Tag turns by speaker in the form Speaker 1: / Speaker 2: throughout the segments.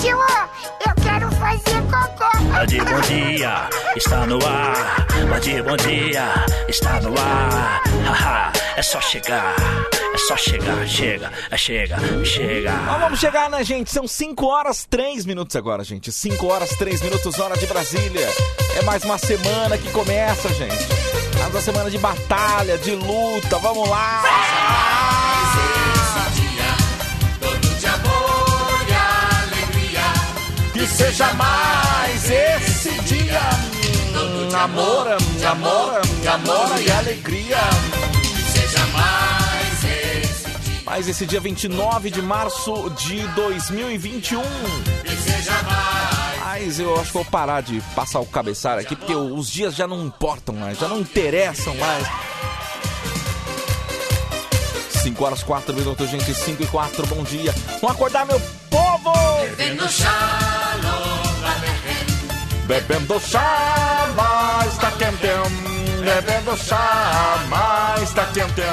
Speaker 1: Tio, eu quero fazer cocô.
Speaker 2: Band Tá Bom Dia está no ar. Band Bom Dia está no ar. Haha, é só chegar. É só chegar. Chega, é chega, chega.
Speaker 3: Ó, vamos chegar, né, gente? São 5 horas 3 minutos agora, gente. 5 horas 3 minutos, hora de Brasília. É mais uma semana que começa, gente. Mais uma semana de batalha, de luta. Vamos lá! Que seja mais esse dia. Amor, amor, amor e alegria. Mas esse dia 29 de março de 2021. Mas eu acho que eu vou parar de passar o cabeçalho aqui, porque os dias já não importam mais, já não interessam mais. 5 horas 4 minutos, gente, 5 e 4, bom dia. Vamos acordar, meu povo! Bebendo chá, mas está quentão. Bebendo chá, mas está quentão.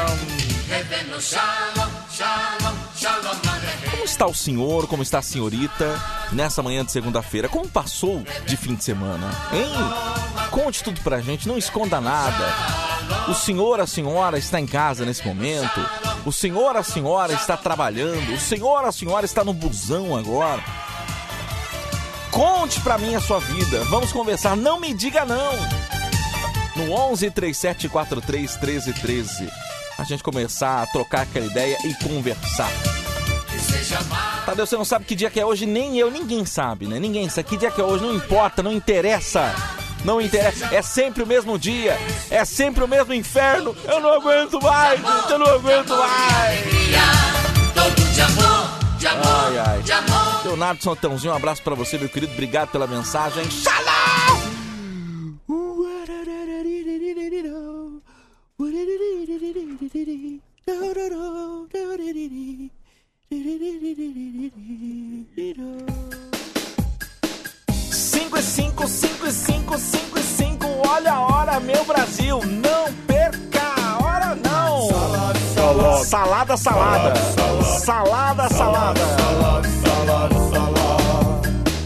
Speaker 3: Como está o senhor, como está a senhorita nessa manhã de segunda-feira? Como passou de fim de semana? Hein? Conte tudo pra gente, não esconda nada. O senhor, a senhora está em casa nesse momento. O senhor, a senhora está trabalhando. O senhor, a senhora está no busão agora. Conte pra mim a sua vida. Vamos conversar. Não me diga não. No 11 37 43 13 13. A gente começar a trocar aquela ideia e conversar. Tadeu, você não sabe que dia que é hoje, nem eu, ninguém sabe, né? Ninguém sabe que dia que é hoje, não importa, não interessa. Não interessa, é sempre o mesmo dia, é sempre o mesmo inferno. Eu não aguento mais, gente, eu não aguento mais. Ai, ai. Leonardo Santãozinho, um abraço pra você, meu querido. Obrigado pela mensagem. Cinco e cinco, cinco e cinco, cinco e cinco. Olha a hora, meu Brasil. Não perca a hora, não. Salada, salada. Salada, salada.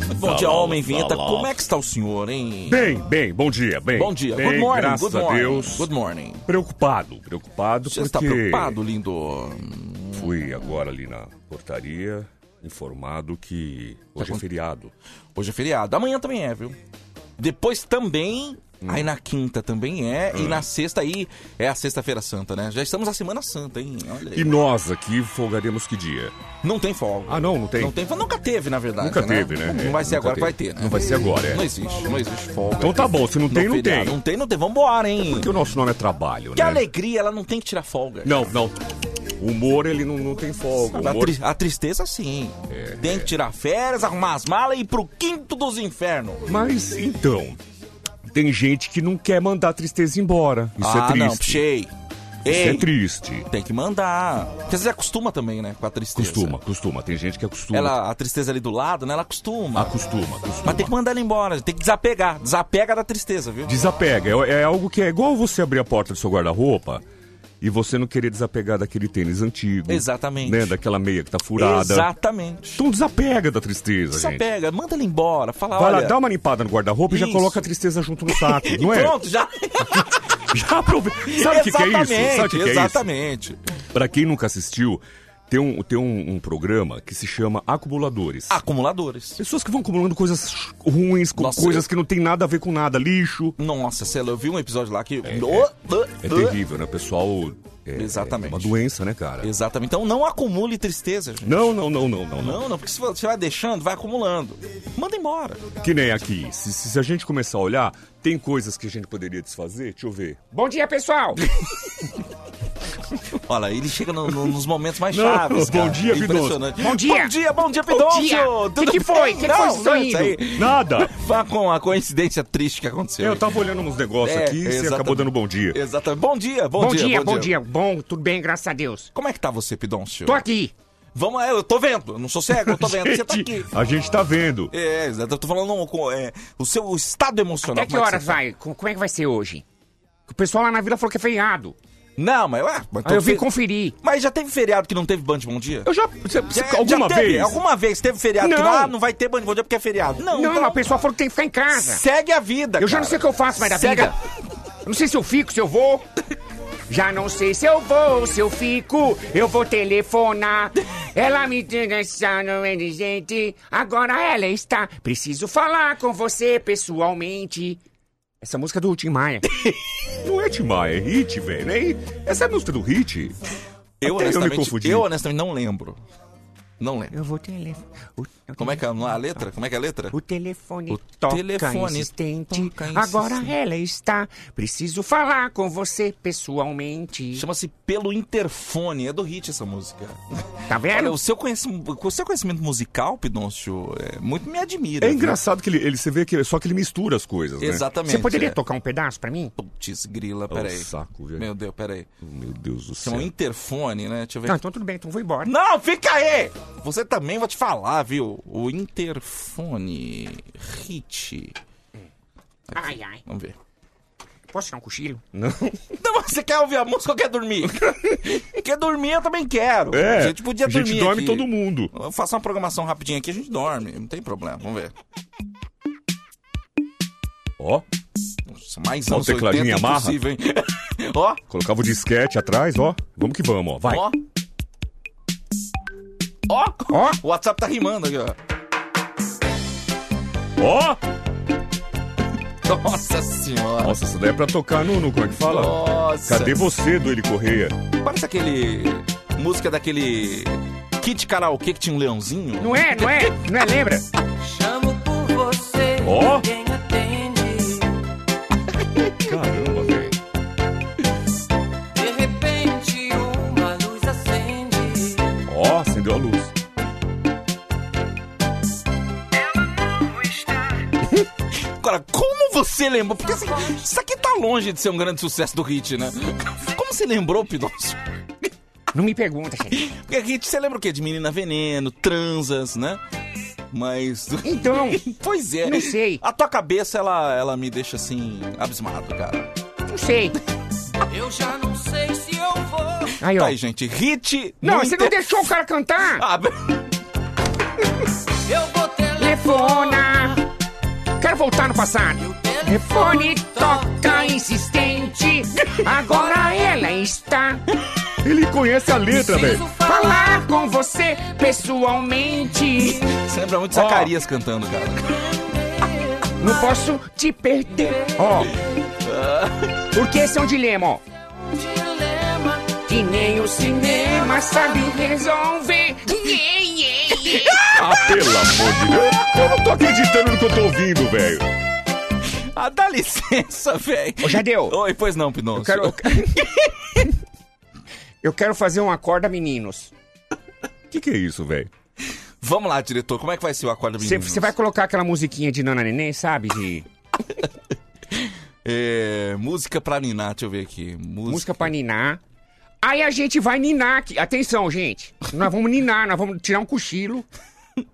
Speaker 3: Muito Bom dia, homem vinheta. Como é que está o senhor, hein?
Speaker 4: Bem, bem, bom dia, bem.
Speaker 3: Bom dia.
Speaker 4: Bem,
Speaker 3: Good morning.
Speaker 4: graças
Speaker 3: Good morning.
Speaker 4: a Deus.
Speaker 3: Good morning.
Speaker 4: Preocupado, preocupado
Speaker 3: Você
Speaker 4: porque...
Speaker 3: está preocupado, lindo?
Speaker 4: Fui agora ali na portaria informado que hoje é
Speaker 3: Tá com-
Speaker 4: feriado.
Speaker 3: Hoje é feriado. Amanhã também é, viu? Depois também.
Speaker 4: Hum.
Speaker 3: Aí na quinta também é. E na sexta aí é a Sexta-feira Santa, né? Já estamos na Semana Santa, hein? Olha aí.
Speaker 4: E nós aqui folgaremos que dia?
Speaker 3: Não tem folga.
Speaker 4: Ah, não, não tem?
Speaker 3: Não tem folga. Nunca teve, na verdade.
Speaker 4: Nunca teve, né?
Speaker 3: Não
Speaker 4: É,
Speaker 3: vai ser
Speaker 4: nunca
Speaker 3: agora que vai
Speaker 4: teve.
Speaker 3: ter, né?
Speaker 4: Não vai ser agora, é.
Speaker 3: Não existe, não existe folga. né?
Speaker 4: Então tá bom, se não
Speaker 3: No
Speaker 4: tem, não
Speaker 3: feriado.
Speaker 4: tem.
Speaker 3: Não tem, não tem. Vambora, hein?
Speaker 4: Porque o nosso nome é trabalho,
Speaker 3: Que
Speaker 4: né?
Speaker 3: alegria, ela não tem que tirar folga.
Speaker 4: Não, não. O humor, ele não, não tem folga. O
Speaker 3: A,
Speaker 4: humor...
Speaker 3: tri- a tristeza, sim.
Speaker 4: É,
Speaker 3: tem que tirar férias, arrumar as malas e ir pro quinto dos infernos.
Speaker 4: Mas, então, tem gente que não quer mandar a tristeza embora. Isso
Speaker 3: ah,
Speaker 4: é triste.
Speaker 3: não, puxei.
Speaker 4: Isso
Speaker 3: Ei,
Speaker 4: é triste.
Speaker 3: Tem que mandar. Porque às vezes acostuma também, né? Com a tristeza.
Speaker 4: Costuma, costuma. Tem gente que acostuma.
Speaker 3: Ela, a tristeza ali do lado, né? Ela acostuma.
Speaker 4: Acostuma, acostuma.
Speaker 3: Mas tem que mandar ela embora. Tem que desapegar. Desapega da tristeza, viu?
Speaker 4: Desapega. É, é algo que é igual você abrir a porta do seu guarda-roupa e você não querer desapegar daquele tênis antigo.
Speaker 3: Exatamente.
Speaker 4: Né? Daquela meia que tá furada.
Speaker 3: Exatamente.
Speaker 4: Então desapega da tristeza, gente.
Speaker 3: Desapega. Manda ela embora. Fala,
Speaker 4: Vai lá,
Speaker 3: olha...
Speaker 4: dá um uma limpada no guarda-roupa e já
Speaker 3: Isso.
Speaker 4: coloca a tristeza junto no saco,
Speaker 3: E
Speaker 4: não é?
Speaker 3: pronto, já...
Speaker 4: Já aproveita. Sabe o que, que é isso? Sabe o que, que é isso?
Speaker 3: exatamente.
Speaker 4: Pra quem nunca assistiu, tem, um, tem um, um programa que se chama Acumuladores.
Speaker 3: Ah. Acumuladores.
Speaker 4: Pessoas que vão acumulando coisas ruins, com
Speaker 3: Nossa,
Speaker 4: coisas
Speaker 3: eu-
Speaker 4: que não tem nada a ver com nada, lixo.
Speaker 3: Nossa, Celo, eu vi um episódio lá que...
Speaker 4: É terrível, né? O pessoal. É,
Speaker 3: Exatamente.
Speaker 4: É uma doença, né, cara?
Speaker 3: Exatamente. Então não acumule tristeza, gente.
Speaker 4: Não, não, não, não, não, não.
Speaker 3: Não, não, porque se você vai deixando, vai acumulando. Manda embora.
Speaker 4: Que nem aqui. Se, se- se a gente começar a olhar, tem coisas que a gente poderia desfazer? Deixa eu ver.
Speaker 5: Bom dia, pessoal!
Speaker 3: Olha, ele chega no- no- nos momentos mais
Speaker 4: Não,
Speaker 3: chaves. cara.
Speaker 4: bom dia,
Speaker 3: É impressionante.
Speaker 4: Pidoncio.
Speaker 3: Bom dia, bom dia, bom dia, Pidoncio.
Speaker 5: dia.
Speaker 3: Tudo
Speaker 5: Que que foi?
Speaker 3: bem?
Speaker 5: Que que
Speaker 3: não,
Speaker 5: foi isso
Speaker 3: não,
Speaker 5: aí?
Speaker 3: isso aí.
Speaker 4: Nada!
Speaker 3: Vá com a coincidência triste que aconteceu.
Speaker 4: Eu tava olhando uns negócios
Speaker 3: É,
Speaker 4: aqui e você
Speaker 3: exatamente.
Speaker 4: acabou dando bom dia.
Speaker 3: Exatamente. Bom dia, bom,
Speaker 5: Bom, dia, bom dia. Bom, tudo bem, graças a Deus.
Speaker 3: Como é que tá você, Pidoncio?
Speaker 5: Tô aqui.
Speaker 3: Vamos, é, eu tô vendo. Eu não sou cego, eu tô vendo. Você tá aqui.
Speaker 4: A gente tá vendo.
Speaker 3: É, exato. Eu tô falando não, com, é, o seu estado emocional.
Speaker 5: Até que
Speaker 3: como é
Speaker 5: horas
Speaker 3: você tá?
Speaker 5: vai? Co- Como é que vai ser hoje? O pessoal lá na vila falou que é feriado.
Speaker 3: Não, mas ué, mas,
Speaker 5: Aí eu
Speaker 3: todo
Speaker 5: vim
Speaker 3: fe-
Speaker 5: conferir.
Speaker 3: mas já teve feriado que não teve Band de Bom Dia?
Speaker 5: Eu já. cê- cê-
Speaker 3: Já- já
Speaker 4: alguma
Speaker 3: teve,
Speaker 4: vez?
Speaker 3: Alguma vez teve feriado que
Speaker 5: Não.
Speaker 3: não, ah, não vai ter Band de Bom Dia porque é feriado. Não,
Speaker 5: Não,
Speaker 3: então,
Speaker 5: a pessoa falou que tem que ficar em casa.
Speaker 3: segue a vida.
Speaker 5: Eu já não
Speaker 3: cara.
Speaker 5: sei o que eu faço mais da
Speaker 3: Segue
Speaker 5: vida. Eu Não sei se eu fico, se eu vou. Já não sei se eu vou, se eu fico. Eu vou telefonar. Ela me deixando gente. Agora ela está. Preciso falar com você pessoalmente. Essa música é do Tim Maia.
Speaker 4: Não é Timaya, é Hit, velho. É, Hit. essa é a música do Hit.
Speaker 3: Eu
Speaker 4: Até é eu me
Speaker 3: honestamente,
Speaker 4: confundi.
Speaker 3: eu, honestamente não lembro. Não lembro.
Speaker 5: Eu vou telefonar.
Speaker 3: Como é que é a letra? Como é que é a letra?
Speaker 5: O telefone
Speaker 3: O
Speaker 5: toca
Speaker 3: telefone
Speaker 5: insistente.
Speaker 3: toca
Speaker 5: Agora
Speaker 3: insistente.
Speaker 5: ela está. Preciso falar com você pessoalmente.
Speaker 3: Chama-se Pelo Interfone. É do hit essa música.
Speaker 5: Tá
Speaker 4: É?
Speaker 3: Olha,
Speaker 5: vendo?
Speaker 3: o seu, conheci- o seu conhecimento musical, Pidoncio, é, muito me admira.
Speaker 4: É
Speaker 3: viu?
Speaker 4: engraçado que ele, ele- você vê que ele, só que ele mistura as coisas, né?
Speaker 3: Exatamente.
Speaker 5: Você poderia
Speaker 3: é.
Speaker 5: tocar um pedaço pra mim?
Speaker 3: Putz, grila,
Speaker 4: É um
Speaker 3: peraí.
Speaker 4: saco, velho.
Speaker 3: Meu Deus, peraí.
Speaker 4: Assim, Meu Deus do
Speaker 3: Tem
Speaker 4: céu.
Speaker 3: um interfone, né? Deixa eu ver.
Speaker 5: Não, então tudo bem, então vou embora.
Speaker 3: Não, fica aí! Você também vou te falar, viu? O interfone hit.
Speaker 5: Ai, ai.
Speaker 3: Vamos ver.
Speaker 5: Posso tirar um cochilo?
Speaker 4: Não.
Speaker 3: Não, mas você quer ouvir a música ou quer dormir? quer dormir, eu também quero.
Speaker 4: É,
Speaker 3: a gente podia
Speaker 4: a gente
Speaker 3: dormir.
Speaker 4: dorme
Speaker 3: aqui.
Speaker 4: todo mundo.
Speaker 3: Eu faço uma programação rapidinha aqui, a gente dorme. Não tem problema, vamos ver.
Speaker 4: Ó,
Speaker 3: Nossa, mais
Speaker 4: Ó, o
Speaker 3: anos 80
Speaker 4: tecladinho
Speaker 3: é
Speaker 4: Yamaha.
Speaker 3: impossível, hein? Ó,
Speaker 4: colocava o disquete atrás, ó. Vamos que vamos, ó. Vai.
Speaker 3: ó. Ó,
Speaker 5: Ó.
Speaker 3: o WhatsApp tá rimando aqui, ó.
Speaker 4: Ó!
Speaker 3: Nossa senhora.
Speaker 4: Nossa, isso daí é pra tocar no, no como é que fala?
Speaker 3: Nossa.
Speaker 4: Cadê você, do Eli Correia?
Speaker 3: Parece aquele. Música daquele. Kit karaokê que tinha um leãozinho.
Speaker 5: Não é, não é, não é, lembra?
Speaker 6: Chamo por você,
Speaker 4: Ó.
Speaker 6: ninguém atende.
Speaker 4: Caramba, velho.
Speaker 6: De repente, uma luz acende.
Speaker 4: Ó, acendeu a luz.
Speaker 3: Agora, como você lembrou? Porque assim, isso aqui tá longe de ser um grande sucesso do Hit, né? Como você lembrou, Pidoncio?
Speaker 5: Não me pergunta, gente.
Speaker 3: Porque Hit, você lembra o quê? De Menina Veneno, Transas, né? Mas.
Speaker 5: Então,
Speaker 3: Pois é.
Speaker 5: Não sei.
Speaker 3: A tua cabeça, ela, ela me deixa assim, abismado, cara.
Speaker 5: não sei.
Speaker 6: Eu já não sei se eu vou.
Speaker 5: Aí,
Speaker 3: Tá
Speaker 5: ó.
Speaker 3: aí, gente. Hit.
Speaker 5: Não,
Speaker 3: no
Speaker 5: você não
Speaker 3: inter-
Speaker 5: deixou o cara cantar.
Speaker 3: Ah,
Speaker 6: Eu vou telefonar.
Speaker 5: Telefona. Quero voltar no passado.
Speaker 6: E o
Speaker 5: Telefone toca insistente. Agora ela está.
Speaker 4: Ele conhece a letra, velho.
Speaker 6: Preciso falar.
Speaker 5: Falar com você pessoalmente.
Speaker 3: você lembra muito Zacarias cantando, cara.
Speaker 5: Não posso te perder. Ó. Porque esse é um dilema, ó.
Speaker 6: Um dilema.
Speaker 5: Que nem o cinema sabe resolver. Yeah, yeah.
Speaker 4: Ah, pelo amor de Deus. Eu não tô acreditando no que eu tô ouvindo, velho.
Speaker 3: Ah, dá licença, velho.
Speaker 5: Ô, Jadeu.
Speaker 3: Oi, pois não, Pidoncio.
Speaker 5: Eu quero. Eu quero fazer um acorda, meninos.
Speaker 4: O que, que é isso, velho?
Speaker 3: Vamos lá, diretor. Como é que vai ser o acordo Meninos?
Speaker 5: Você vai colocar aquela musiquinha de Nana Neném, sabe? De
Speaker 3: É, música pra ninar, deixa eu ver aqui. Música,
Speaker 5: música pra ninar. Aí a gente vai ninar aqui. Atenção, gente. Nós vamos ninar, nós vamos tirar um cochilo.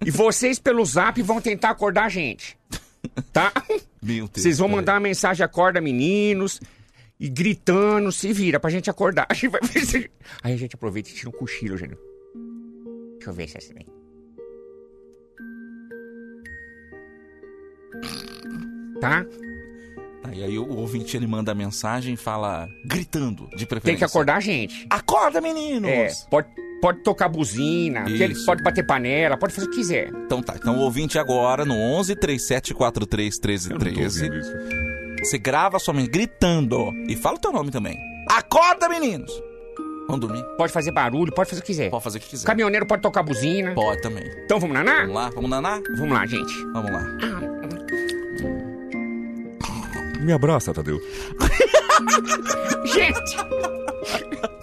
Speaker 5: E vocês, pelo zap, vão tentar acordar a gente. Tá?
Speaker 3: Meu Deus,
Speaker 5: Vocês vão
Speaker 3: peraí.
Speaker 5: mandar uma mensagem, acorda, meninos. E gritando, se vira pra gente acordar. A gente vai ver se- Aí a gente aproveita e tira um cochilo, gente. Deixa eu ver se é assim. Tá?
Speaker 3: Tá, E aí o ouvinte ele manda a mensagem e fala gritando, de preferência.
Speaker 5: Tem que acordar a gente.
Speaker 3: Acorda, meninos!
Speaker 5: É, pode, pode tocar buzina, que ele
Speaker 3: Isso.
Speaker 5: pode bater panela, pode fazer o que quiser.
Speaker 3: Então tá, então o ouvinte agora no 11 37 43 13
Speaker 4: Eu não tô
Speaker 3: 13.
Speaker 4: ouvindo isso.
Speaker 3: Você grava sua mensagem gritando ó, e fala o teu nome também. Acorda, meninos! Vamos dormir.
Speaker 5: Pode fazer barulho, pode fazer o que quiser.
Speaker 3: Pode fazer o que quiser.
Speaker 5: Caminhoneiro pode tocar buzina.
Speaker 3: Pode também.
Speaker 5: Então vamos naná?
Speaker 3: Vamos lá, vamos naná?
Speaker 5: Vamos lá, gente.
Speaker 3: Vamos lá.
Speaker 4: Me abraça, Tadeu.
Speaker 5: Gente!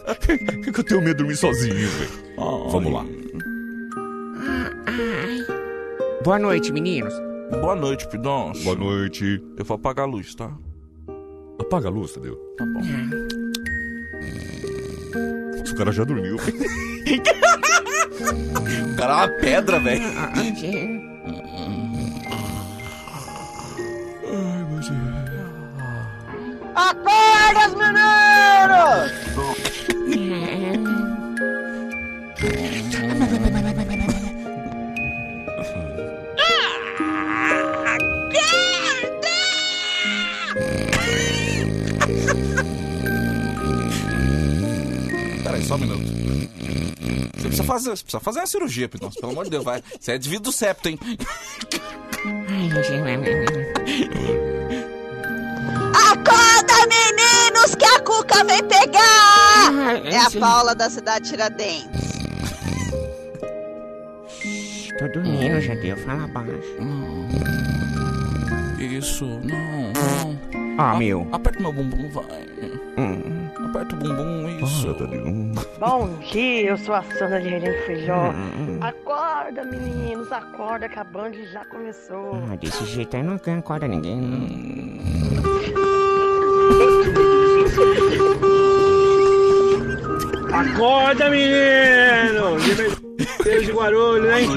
Speaker 4: É que eu tenho medo de dormir sozinho, velho. Vamos lá.
Speaker 5: Boa noite, meninos.
Speaker 3: Boa noite, Pidoncio.
Speaker 4: Boa noite.
Speaker 3: Eu vou apagar a luz, tá?
Speaker 4: Apaga a luz, Tadeu.
Speaker 3: Tá bom.
Speaker 4: Nossa, o É. cara já dormiu.
Speaker 3: O cara é uma pedra, velho.
Speaker 5: Ah,
Speaker 1: Acorda, meninos!
Speaker 3: Peraí,
Speaker 5: Hum,
Speaker 3: só um minuto. Você precisa fazer, você precisa fazer uma cirurgia, Pitons. Pelo amor de Deus, vai. Você é devido do septo, hein?
Speaker 7: Acorda, meninos, que a Cuca vem pegar!
Speaker 5: Ah,
Speaker 7: É a Paula da cidade Tiradentes.
Speaker 5: Tô dormindo, Jadeu, fala baixo.
Speaker 3: Isso, não, não.
Speaker 5: Ah, meu. Hum.
Speaker 3: Aperta meu bumbum, vai. Aperta o bumbum, isso.
Speaker 8: Bom dia, eu sou a Sandra de Relém Feijó. Acorda, meninos, acorda que a Band já começou.
Speaker 5: Ah, desse jeito aí não acorda ninguém. não.
Speaker 9: Acorda, menino! Deus de Guarulhos, hein?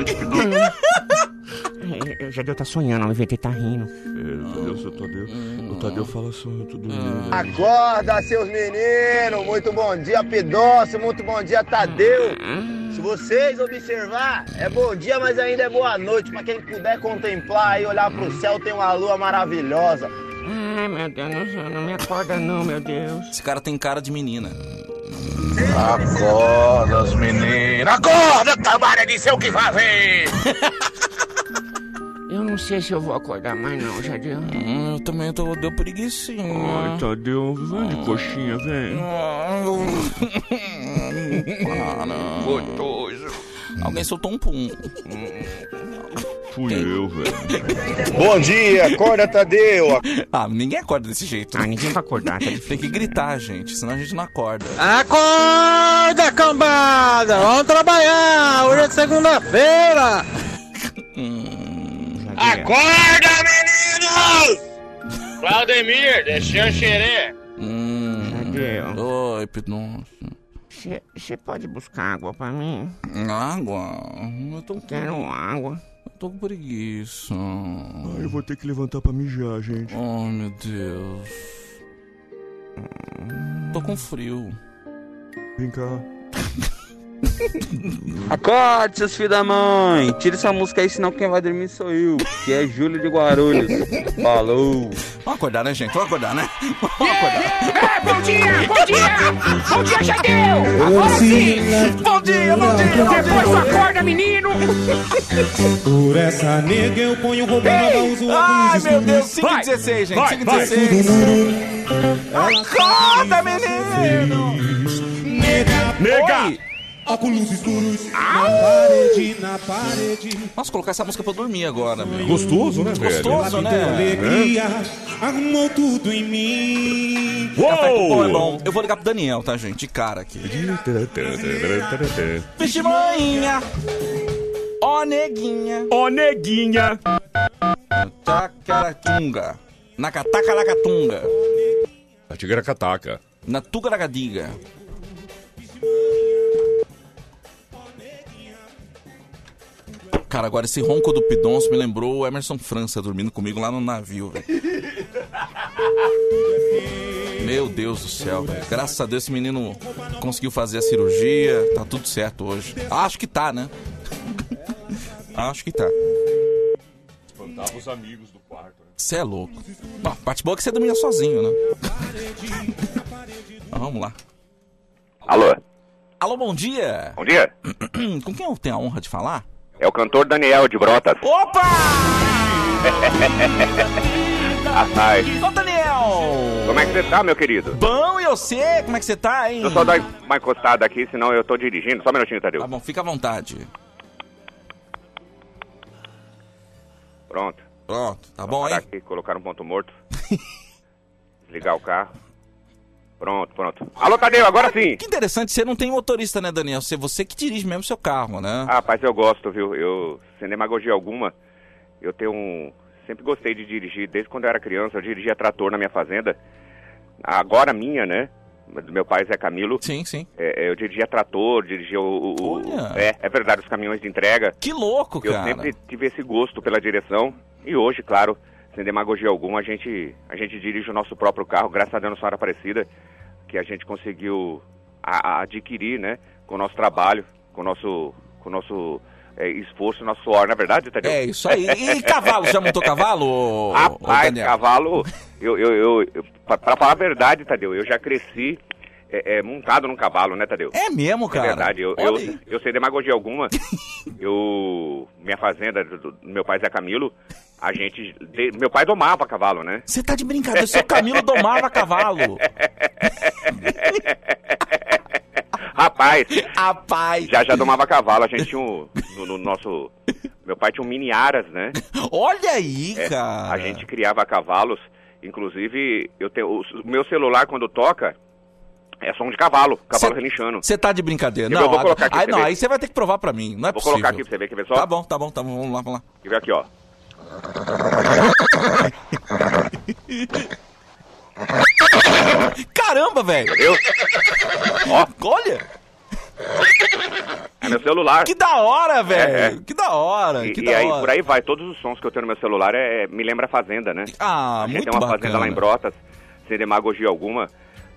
Speaker 5: Eh, eh, Jadeu tá sonhando, a VT tá rindo.
Speaker 4: o É, Tadeu, o Tadeu fala assim, eu tô dormindo.
Speaker 3: Ah.
Speaker 10: Acorda, seus meninos! Muito bom dia, Pedócio! Muito bom dia, Tadeu!
Speaker 9: Uhum.
Speaker 10: Se vocês observar, é bom dia, mas ainda é boa noite. Pra quem puder contemplar e olhar pro céu, tem uma lua maravilhosa.
Speaker 5: Ai, meu Deus do céu, não me acorda não, meu Deus.
Speaker 3: Esse cara tem cara de menina.
Speaker 10: Acorda, os meninos! Acorda, trabalha de seu que fazer!
Speaker 5: Eu não sei se eu vou acordar mais não, Jadeu.
Speaker 3: Hum, eu também tô, deu preguiçinha.
Speaker 4: Ai, Tadeu, vem, coxinha, vem.
Speaker 5: tá.
Speaker 3: Para. Gostoso. Alguém soltou um pum.
Speaker 4: Fui eu, velho.
Speaker 10: Bom dia, acorda, Tadeu!
Speaker 3: Ah, ninguém acorda desse jeito. né?
Speaker 5: Ah, ninguém vai acordar, tá difícil.
Speaker 3: Tem que gritar, gente, senão a gente não acorda.
Speaker 9: Acorda, cambada! Vamos trabalhar! Hoje é segunda-feira!
Speaker 10: Acorda, meninos!
Speaker 9: Claudemir, deixa eu xerê!
Speaker 3: Hum.
Speaker 5: Jadeu,
Speaker 3: Oi, Pitons.
Speaker 5: você pode buscar água pra mim?
Speaker 3: Água? Eu tô,
Speaker 5: Quero água.
Speaker 3: tô com preguiça.
Speaker 4: Ai, eu vou ter que levantar pra mijar, gente.
Speaker 3: Oh, meu Deus. Tô com frio.
Speaker 4: Vem cá.
Speaker 11: Acorde, seus filhos da mãe! Tira essa música aí, senão quem vai dormir sou eu, que é Júlio de Guarulhos. Falou!
Speaker 3: Vamos acordar, né, gente? Vamos acordar, né? Vamos acordar.
Speaker 5: É, bom dia, bom dia! Bom dia, Jadeu! Agora sim!
Speaker 3: Bom dia, bom dia, bom
Speaker 5: Depois tu acorda, menino!
Speaker 9: Por essa nega eu ponho roupa
Speaker 3: dia. Ai, meu Deus. 5 e 16, gente. 5 e 16. Acorda, menino.
Speaker 4: Nega!
Speaker 3: Oi.
Speaker 9: Óculos escuros na parede, na parede.
Speaker 3: Nossa, colocar essa música pra eu dormir agora, meu.
Speaker 4: Gostoso, né, velho?
Speaker 3: Gostoso, né?
Speaker 9: Alegria, arrumou tudo em mim.
Speaker 3: Café
Speaker 4: Oh.
Speaker 3: com pão é bom. Eu vou ligar pro Daniel, tá, gente? De cara aqui. Vixe, maninha. Ó, neguinha.
Speaker 4: Ó, neguinha!
Speaker 3: Tacaratunga. Na catacaracatunga.
Speaker 4: A tigra cataca.
Speaker 3: Na tugaragadiga. Cara, agora esse ronco do Pidonço me lembrou o Emerson França dormindo comigo lá no navio, velho. Meu Deus do céu, velho. Graças a Deus esse menino conseguiu fazer a cirurgia. Tá tudo certo hoje. Acho que tá, né? Acho que tá.
Speaker 4: Espantava os amigos do quarto. né?
Speaker 3: Você é louco. Bom, a parte boa é que você dormia sozinho, né? Mas Então, vamos lá.
Speaker 10: Alô,
Speaker 3: Alô, bom dia.
Speaker 10: bom dia?
Speaker 3: Hum, Com quem eu tenho a honra de falar?
Speaker 10: É o cantor Daniel de Brotas.
Speaker 3: Opa!
Speaker 10: Ai,
Speaker 3: Ô, Daniel!
Speaker 10: como é que você tá, meu querido?
Speaker 3: Bom, eu sei. Como é que você tá, hein?
Speaker 10: Deixa eu só dar uma encostada aqui, senão eu tô dirigindo. Só um minutinho,
Speaker 3: Tá
Speaker 10: Tadeu.
Speaker 3: bom, fica à vontade.
Speaker 10: Pronto.
Speaker 3: Pronto, tá bom,
Speaker 10: Parar
Speaker 3: hein?
Speaker 10: aqui, colocar um ponto morto. Desligar o carro. Pronto, pronto. Alô, Tadeu, agora sim.
Speaker 3: Que interessante, você não tem motorista, né, Daniel? Você, você que dirige mesmo seu carro, né?
Speaker 10: Ah, rapaz, eu gosto, viu? Eu, sem demagogia alguma, eu tenho um... Sempre gostei de dirigir, desde quando eu era criança, eu dirigia trator na minha fazenda. Agora minha, né? Do meu pai, Zé Camilo.
Speaker 3: Sim, sim.
Speaker 10: É, é, eu dirigia trator, dirigia o... o- o-
Speaker 3: Olha.
Speaker 10: é, é verdade, os caminhões de entrega.
Speaker 3: Que louco,
Speaker 10: Eu
Speaker 3: cara.
Speaker 10: sempre tive esse gosto pela direção e hoje, claro, sem demagogia alguma, a gente, a gente dirige o nosso próprio carro, graças a Deus Nossa Senhora Aparecida,
Speaker 5: que a gente conseguiu a- a- adquirir, né? Com o nosso trabalho, com o nosso, com o nosso é, esforço, nosso suor, na verdade, Tadeu?
Speaker 3: É isso aí. E cavalo? Já montou cavalo? ô- ô
Speaker 5: Rapaz,
Speaker 3: Daniel?
Speaker 5: cavalo, eu, eu, eu, eu- pra, pra falar a verdade, Tadeu, eu já cresci é, é, montado num cavalo, né, Tadeu?
Speaker 3: É mesmo, cara?
Speaker 5: É verdade, eu,
Speaker 3: Olha
Speaker 5: eu,
Speaker 3: aí.
Speaker 5: eu sem demagogia alguma, eu, minha fazenda, do, do- meu pai Zé Camilo, a gente, de- meu pai domava cavalo, né?
Speaker 3: Você tá de brincadeira, o seu Camilo domava cavalo.
Speaker 5: Rapaz.
Speaker 3: Rapaz.
Speaker 5: Já já domava cavalo, a gente tinha um, no, no nosso, meu pai tinha um mini aras, né?
Speaker 3: Olha aí,
Speaker 5: É,
Speaker 3: cara.
Speaker 5: A gente criava cavalos, inclusive, eu tenho, o s- o meu celular quando toca, é som de cavalo, cavalo relinchando.
Speaker 3: Você tá de brincadeira.
Speaker 5: Eu
Speaker 3: Não,
Speaker 5: vou colocar aqui
Speaker 3: aí,
Speaker 5: pra
Speaker 3: não,
Speaker 5: você ver.
Speaker 3: aí você vai ter que provar pra mim. Não é
Speaker 5: Vou
Speaker 3: possível.
Speaker 5: colocar aqui pra você ver, quer ver só?
Speaker 3: Tá bom, tá bom, tá bom. Vamos lá, vamos lá.
Speaker 5: Quer ver aqui, ó.
Speaker 3: Caramba, velho.
Speaker 5: Entendeu? Ó.
Speaker 3: Olha.
Speaker 5: É meu celular.
Speaker 3: Que da hora, velho.
Speaker 5: É.
Speaker 3: Que da hora.
Speaker 5: E,
Speaker 3: que
Speaker 5: e
Speaker 3: da
Speaker 5: aí,
Speaker 3: hora.
Speaker 5: por aí vai, todos os sons que eu tenho no meu celular é, me lembra a Fazenda, né?
Speaker 3: Ah,
Speaker 5: a gente
Speaker 3: muito
Speaker 5: tem uma
Speaker 3: bacana.
Speaker 5: fazenda lá em Brotas, sem demagogia alguma,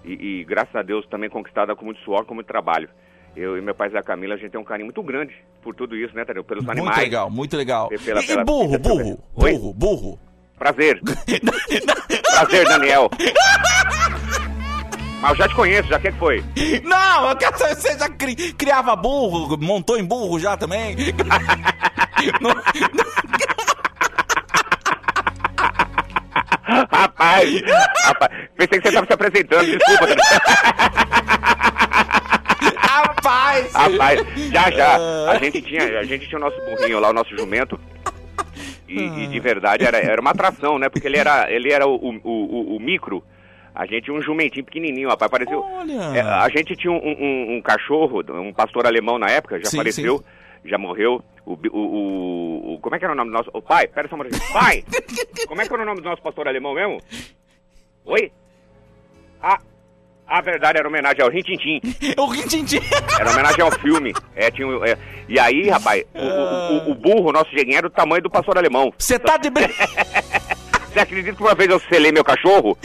Speaker 5: e, e graças a Deus também conquistada com muito suor, com muito trabalho. Eu e meu pai Zé Camila, a gente tem um carinho muito grande por tudo isso, né, Tadeu? Pelos
Speaker 3: Muito
Speaker 5: animais.
Speaker 3: legal, muito legal.
Speaker 5: E pela-
Speaker 3: E- e
Speaker 5: pela-
Speaker 3: burro, burro, burro, burro.
Speaker 5: Prazer. Prazer, né? Daniel. Mas eu já te conheço, já o que que foi?
Speaker 3: Não, eu quero saber, você já cri- criava burro, montou em burro já também?
Speaker 5: Rapaz, rapaz, pensei que você estava se apresentando, desculpa.
Speaker 3: Rapaz!
Speaker 5: Rapaz, já, já. A gente tinha, a gente tinha o nosso burrinho lá, o nosso jumento. E, e de verdade era, era uma atração, né? Porque ele era, ele era o, o- o- o micro. A gente tinha um jumentinho pequenininho, rapaz. Parecia,
Speaker 3: Olha.
Speaker 5: é, a gente tinha um, um- um cachorro, um pastor alemão na época, já
Speaker 3: Sim,
Speaker 5: faleceu,
Speaker 3: sim.
Speaker 5: já morreu. O, bi- o- o- o- Como é que era o nome do nosso. O pai, pera só um minutinho. Pai! como é que era o nome do nosso pastor alemão mesmo? Oi? A, a verdade era homenagem ao Rintintim.
Speaker 3: o Rintintim!
Speaker 5: Era homenagem ao filme. É, tinha, um- é, e aí, rapaz, o, o- o- o burro, o nosso jeguinho, era do tamanho do pastor alemão.
Speaker 3: Você tá de brin...
Speaker 5: Você acredita que uma vez eu selei meu cachorro?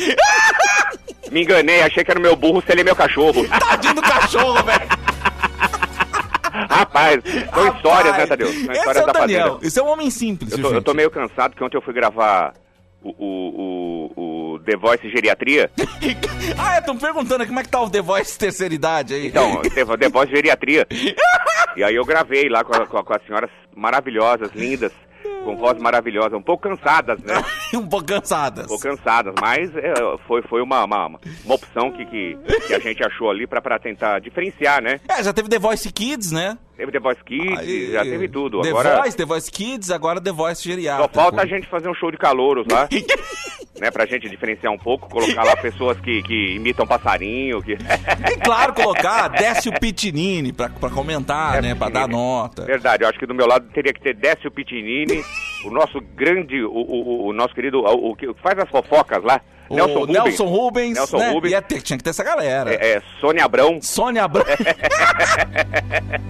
Speaker 5: Me enganei, achei que era o meu burro, selei meu cachorro.
Speaker 3: Tadinho do cachorro, velho.
Speaker 5: Rapaz, são histórias, né, Tadeu? São
Speaker 3: Esse
Speaker 5: histórias
Speaker 3: é o
Speaker 5: da
Speaker 3: Daniel,
Speaker 5: fazenda.
Speaker 3: esse é um homem simples,
Speaker 5: Eu tô, eu
Speaker 3: gente.
Speaker 5: tô meio cansado, porque ontem eu fui gravar o, o, o- o The Voice Geriatria.
Speaker 3: Ah, eu tô me perguntando como é que tá o The Voice terceira idade aí.
Speaker 5: Então, The, The Voice Geriatria. E aí eu gravei lá com, a- com, a- com as senhoras maravilhosas, lindas, com voz maravilhosa, um pouco cansadas, né?
Speaker 3: um pouco cansadas.
Speaker 5: Um pouco cansadas, mas é, foi, foi uma, uma, uma opção que, que, que a gente achou ali pra, pra tentar diferenciar, né?
Speaker 3: É, já teve The Voice Kids, né?
Speaker 5: Teve The Voice Kids, já teve tudo.
Speaker 3: The
Speaker 5: Agora
Speaker 3: Voice, The Voice Kids, agora The Voice Geriatra.
Speaker 5: só falta a gente fazer um show de calouros lá. né, pra gente diferenciar um pouco, colocar lá pessoas que, que imitam passarinho, que...
Speaker 3: E claro, colocar Décio Pitinini pra, pra comentar,
Speaker 5: É,
Speaker 3: né? Pra dar nota.
Speaker 5: Verdade, eu acho que do meu lado teria que ter Décio Pitinini, o nosso grande, o, o- o- o nosso querido, o, o que faz as fofocas lá,
Speaker 3: O
Speaker 5: Nelson Rubens.
Speaker 3: Nelson Rubens,
Speaker 5: Nelson
Speaker 3: né?
Speaker 5: Rubens.
Speaker 3: E é ter- tinha que ter essa galera.
Speaker 5: É, é, Sônia Abrão.
Speaker 3: Sônia Abrão.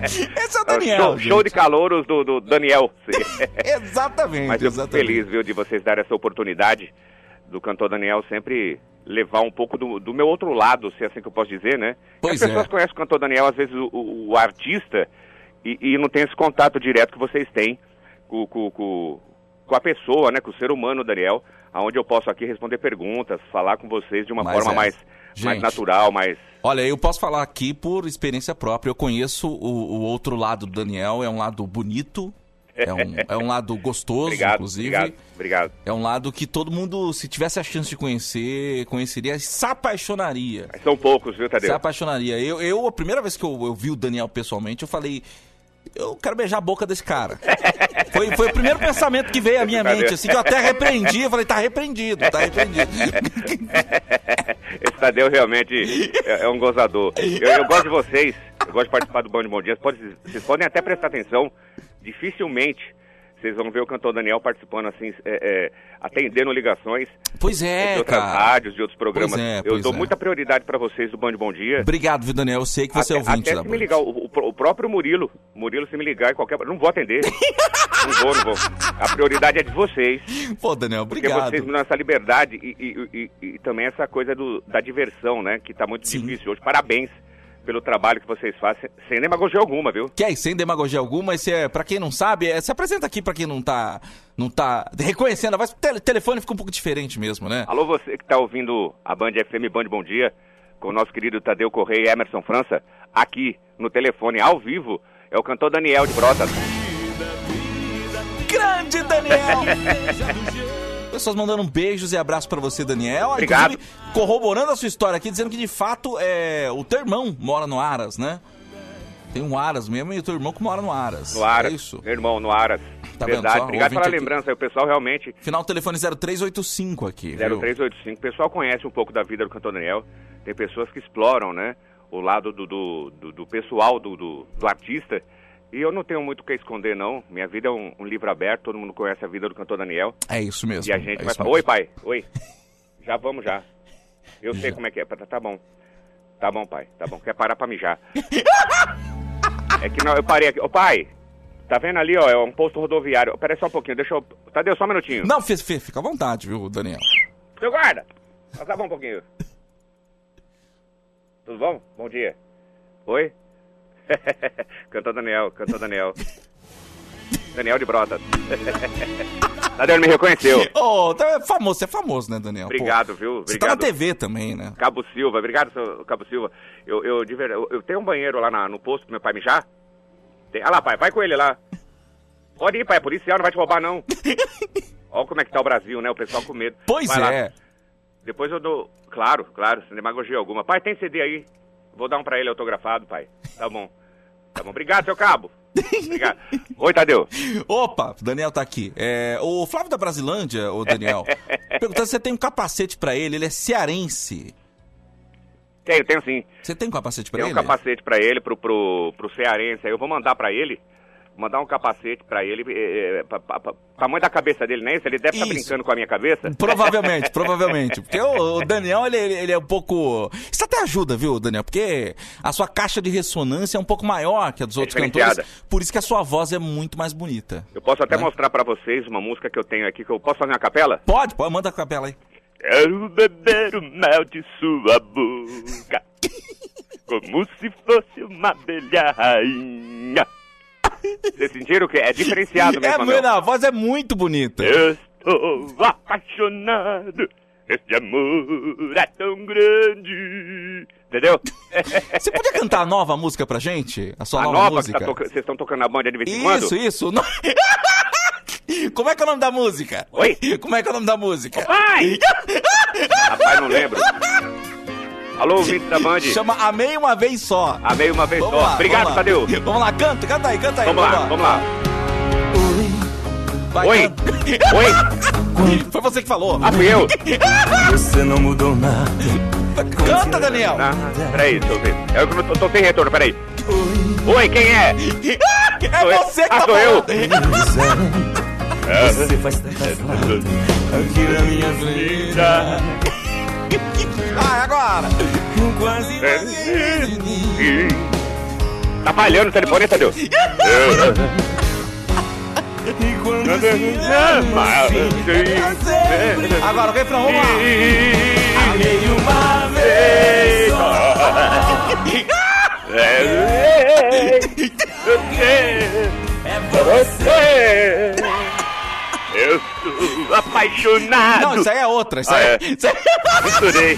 Speaker 3: Esse é o Daniel,
Speaker 5: show,
Speaker 3: gente.
Speaker 5: show de calouros do, do Daniel.
Speaker 3: Exatamente.
Speaker 5: Mas eu fico
Speaker 3: exatamente.
Speaker 5: feliz, viu, de vocês darem essa oportunidade do cantor Daniel sempre levar um pouco do, do meu outro lado, se é assim que eu posso dizer, né?
Speaker 3: Pois
Speaker 5: As pessoas
Speaker 3: é.
Speaker 5: conhecem o cantor Daniel, às vezes, o, o- o artista, e, e não tem esse contato direto que vocês têm com, com- com- com a pessoa, né? Com o ser humano, Daniel, aonde eu posso aqui responder perguntas, falar com vocês de uma
Speaker 3: Mas
Speaker 5: forma
Speaker 3: é.
Speaker 5: mais, mais
Speaker 3: Gente.
Speaker 5: natural, mais...
Speaker 3: Olha, eu posso falar aqui por experiência própria. Eu conheço o, o outro lado do Daniel, é um lado bonito, é um, é um lado gostoso,
Speaker 5: Obrigado,
Speaker 3: inclusive.
Speaker 5: obrigado, obrigado.
Speaker 3: É um lado que todo mundo, se tivesse a chance de conhecer, conheceria e se apaixonaria.
Speaker 5: São poucos, viu, Tadeu?
Speaker 3: Se apaixonaria. Eu, eu, a primeira vez que eu, eu vi o Daniel pessoalmente, eu falei. Eu quero beijar a boca desse cara. Foi, foi o primeiro pensamento que veio à minha mente, assim, que eu até repreendi. Eu falei, tá repreendido, tá repreendido.
Speaker 5: Esse Tadeu realmente é, é um gozador. Eu, eu gosto de vocês, eu gosto de participar do Band Bom Dia. Vocês podem, vocês podem até prestar atenção, dificilmente Vocês vão ver o cantor Daniel participando assim, é, é, atendendo ligações.
Speaker 3: Pois é,
Speaker 5: De outras
Speaker 3: cara.
Speaker 5: rádios, de outros programas.
Speaker 3: Pois é,
Speaker 5: Eu
Speaker 3: pois
Speaker 5: dou
Speaker 3: é.
Speaker 5: muita prioridade pra vocês do Band Bom Dia.
Speaker 3: Obrigado, viu, Daniel? Eu sei que você é
Speaker 5: até,
Speaker 3: ouvinte
Speaker 5: até
Speaker 3: da
Speaker 5: se me
Speaker 3: Band.
Speaker 5: ligar, o, o- o próprio Murilo. Murilo, se me ligar, em qualquer. Não vou atender. não vou, não vou. A prioridade é de vocês.
Speaker 3: Pô, Daniel, obrigado.
Speaker 5: Porque vocês me dão essa liberdade e, e- e- e também essa coisa do- da diversão, né? Que tá muito difícil hoje. Parabéns pelo trabalho que vocês fazem, sem demagogia alguma, viu?
Speaker 3: Que é, sem demagogia alguma, esse é, pra quem não sabe, é, se apresenta aqui pra quem não tá, não tá reconhecendo a voz. O tele- telefone fica um pouco diferente mesmo, né?
Speaker 5: Alô, você que tá ouvindo a Band FM Band Bom Dia, com o nosso querido Tadeu Correia e Emerson França, aqui no telefone, ao vivo, é o cantor Daniel de Brotas.
Speaker 3: Grande Daniel! Pessoas mandando beijos e abraços pra você, Daniel.
Speaker 5: Obrigado.
Speaker 3: Inclusive, corroborando a sua história aqui, dizendo que de fato é, o teu irmão mora no Aras, né? Tem um Aras mesmo e o teu irmão que mora no Aras.
Speaker 5: No Aras.
Speaker 3: É isso.
Speaker 5: Meu irmão, no Aras.
Speaker 3: Tá vendo
Speaker 5: Verdade.
Speaker 3: só?
Speaker 5: Obrigado
Speaker 3: Ouvinte
Speaker 5: pela
Speaker 3: aqui.
Speaker 5: lembrança. O pessoal realmente.
Speaker 3: Final do telefone 0385 aqui. viu?
Speaker 5: 0385. O pessoal conhece um pouco da vida do cantor Daniel. Tem pessoas que exploram, né? O lado do, do, do- do pessoal, do, do, do artista. E eu não tenho muito o que esconder, não. Minha vida é um, um livro aberto, todo mundo conhece a vida do cantor Daniel.
Speaker 3: É isso mesmo.
Speaker 5: E a gente
Speaker 3: é
Speaker 5: vai
Speaker 3: isso
Speaker 5: falar,
Speaker 3: mesmo.
Speaker 5: oi pai, oi. Já vamos já. Eu sei como é que é. Tá, tá bom. Tá bom, pai. Tá bom. Quer parar pra mijar. é que não, eu parei aqui. Ô pai, tá vendo ali, ó? É um posto rodoviário. Pera aí só um pouquinho, deixa eu. Tadeu, só um minutinho.
Speaker 3: Não, fi- fi- fica à vontade, viu, Daniel?
Speaker 5: Seu guarda! Passa a mão um pouquinho. Tudo bom? Bom dia. Oi? cantor Daniel, cantor Daniel. Daniel de Brotas. Tadeu, ele me reconheceu.
Speaker 3: Ô, tá- é famoso, você é famoso, né, Daniel? Pô,
Speaker 5: Obrigado, viu?
Speaker 3: Você tá na
Speaker 5: Obrigado.
Speaker 3: TV também, né?
Speaker 5: Cabo Silva, obrigado, seu Cabo Silva. Eu, eu, de verdade, eu, eu tenho um banheiro lá na- no posto pro meu pai mijar. Tem, ah lá, pai, vai com ele lá. Pode ir, pai, é policial, não vai te roubar, não. Olha como é que tá o Brasil, né? O pessoal com medo.
Speaker 3: Pois
Speaker 5: Vai lá.
Speaker 3: é.
Speaker 5: Depois eu dou. Claro, claro, sem demagogia alguma. Pai, tem CD aí? Vou dar um pra ele autografado, pai. Tá bom. Tá bom. Obrigado, seu cabo. Obrigado. Oi, Tadeu.
Speaker 3: Opa, o Daniel tá aqui. É, o Flávio da Brasilândia, o Daniel, perguntando se você tem um capacete pra ele. Ele é cearense.
Speaker 5: Tenho, tenho sim.
Speaker 3: Você tem um capacete pra
Speaker 5: Tem um
Speaker 3: ele?
Speaker 5: capacete pra ele, pro, pro, pro cearense. aí Eu vou mandar pra ele. Mandar um capacete pra ele, é, é, pra- pra- pra- tamanho da cabeça dele, não é isso? Ele deve estar
Speaker 3: Isso.
Speaker 5: brincando com a minha cabeça.
Speaker 3: Provavelmente, provavelmente. Porque o, o Daniel, ele, ele- ele é um pouco. Isso até ajuda, viu, Daniel? Porque a sua caixa de ressonância é um pouco maior que a dos outros
Speaker 5: É diferenciada.
Speaker 3: cantores. Por isso que a sua voz é muito mais bonita.
Speaker 5: Eu posso até mostrar pra vocês uma música que eu tenho aqui, que eu posso fazer uma capela?
Speaker 3: Pode, pode, manda a capela aí.
Speaker 11: Quero beber
Speaker 5: um
Speaker 11: o mel de sua boca, como se fosse uma abelha rainha.
Speaker 5: Vocês sentiram que é diferenciado mesmo,
Speaker 3: é,
Speaker 5: meu.
Speaker 3: não, a voz é muito bonita.
Speaker 11: Estou apaixonado, esse amor é tão grande.
Speaker 5: Entendeu?
Speaker 3: Você podia cantar a nova música pra gente? A sua
Speaker 5: a
Speaker 3: nova,
Speaker 5: nova que
Speaker 3: música?
Speaker 5: tá toca- vocês estão tocando na banda de vez em quando?
Speaker 3: Isso, isso. No- Como é que é o nome da música?
Speaker 5: Oi?
Speaker 3: Como é que é o nome da música?
Speaker 5: Vai! Rapaz, não lembro. Alô, ouvinte da Band.
Speaker 3: Chama Amei Uma Vez Só.
Speaker 5: Amei Uma Vez Só. Obrigado,
Speaker 3: vamos lá.
Speaker 5: Tadeu.
Speaker 3: Vamos lá, canta, canta aí, canta aí.
Speaker 5: Vamos lá, vamos lá.
Speaker 3: Vai,
Speaker 5: Oi.
Speaker 3: Oi. Foi você que falou.
Speaker 5: Ah, fui eu.
Speaker 11: Você não mudou nada.
Speaker 3: Canta, Daniel.
Speaker 5: Ah, Peraí, deixa eu ver. Eu que não tô, tô sem retorno, peraí. Oi, quem é?
Speaker 3: É
Speaker 5: Sou eu.
Speaker 11: você que
Speaker 5: ah,
Speaker 11: tá
Speaker 5: sou eu.
Speaker 11: Você faz tanta falta aqui na minha vida.
Speaker 3: Vai, agora.
Speaker 11: Quase
Speaker 5: Tá falhando o telefone, Tadeu?
Speaker 3: Agora o refrão, vamos lá.
Speaker 11: Amei uma
Speaker 5: É
Speaker 11: vez É você Eu estou apaixonado
Speaker 3: Não, isso aí é outra. Isso
Speaker 11: Ah,
Speaker 3: aí
Speaker 11: é.
Speaker 3: isso aí- é-
Speaker 11: Misturei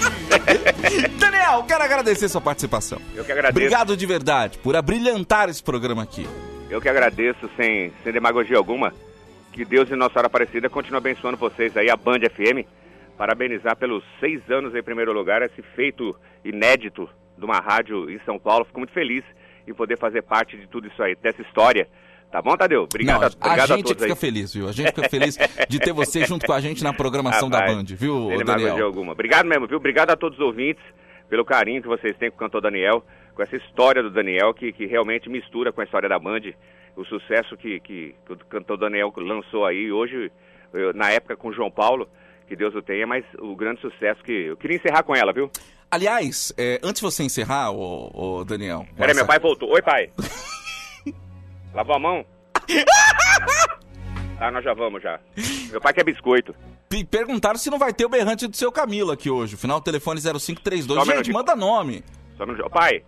Speaker 3: Daniel, quero agradecer sua participação.
Speaker 5: Eu que agradeço.
Speaker 3: Obrigado de verdade por abrilhantar esse programa aqui.
Speaker 5: Eu que agradeço, sem, sem demagogia alguma. Que Deus e Nossa Senhora Aparecida continue abençoando vocês aí, a Band FM. Parabenizar pelos seis anos em primeiro lugar, esse feito inédito de uma rádio em São Paulo. Fico muito feliz em poder fazer parte de tudo isso aí, dessa história. Tá bom, Tadeu? Obrigado,
Speaker 3: Não,
Speaker 5: a, obrigado
Speaker 3: a
Speaker 5: a
Speaker 3: gente
Speaker 5: todos
Speaker 3: que fica
Speaker 5: aí.
Speaker 3: feliz, viu? A gente fica feliz de ter você junto com a gente na programação da
Speaker 5: Rapaz,
Speaker 3: Band, viu,
Speaker 5: sem demagogia
Speaker 3: Daniel?
Speaker 5: alguma. Obrigado mesmo, viu? Obrigado a todos os ouvintes pelo carinho que vocês têm com o cantor Daniel. com essa história do Daniel, que, que realmente mistura com a história da Band, o sucesso que, que, que o cantor Daniel lançou aí hoje, eu- na época com o João Paulo, que Deus o tenha, mas o grande sucesso que. Eu queria encerrar com ela, viu?
Speaker 3: Aliás, é, antes de você encerrar, ô, ô, Daniel.
Speaker 5: Peraí, meu pai voltou. Oi, pai. Lavou a mão? Ah, nós já vamos já. Meu pai quer biscoito.
Speaker 3: P- Perguntaram se não vai ter o berrante do seu Camilo aqui hoje. Final do telefone 0532.
Speaker 5: Só um
Speaker 3: Gente,
Speaker 5: minutinho.
Speaker 3: manda nome.
Speaker 5: Só no... Pai,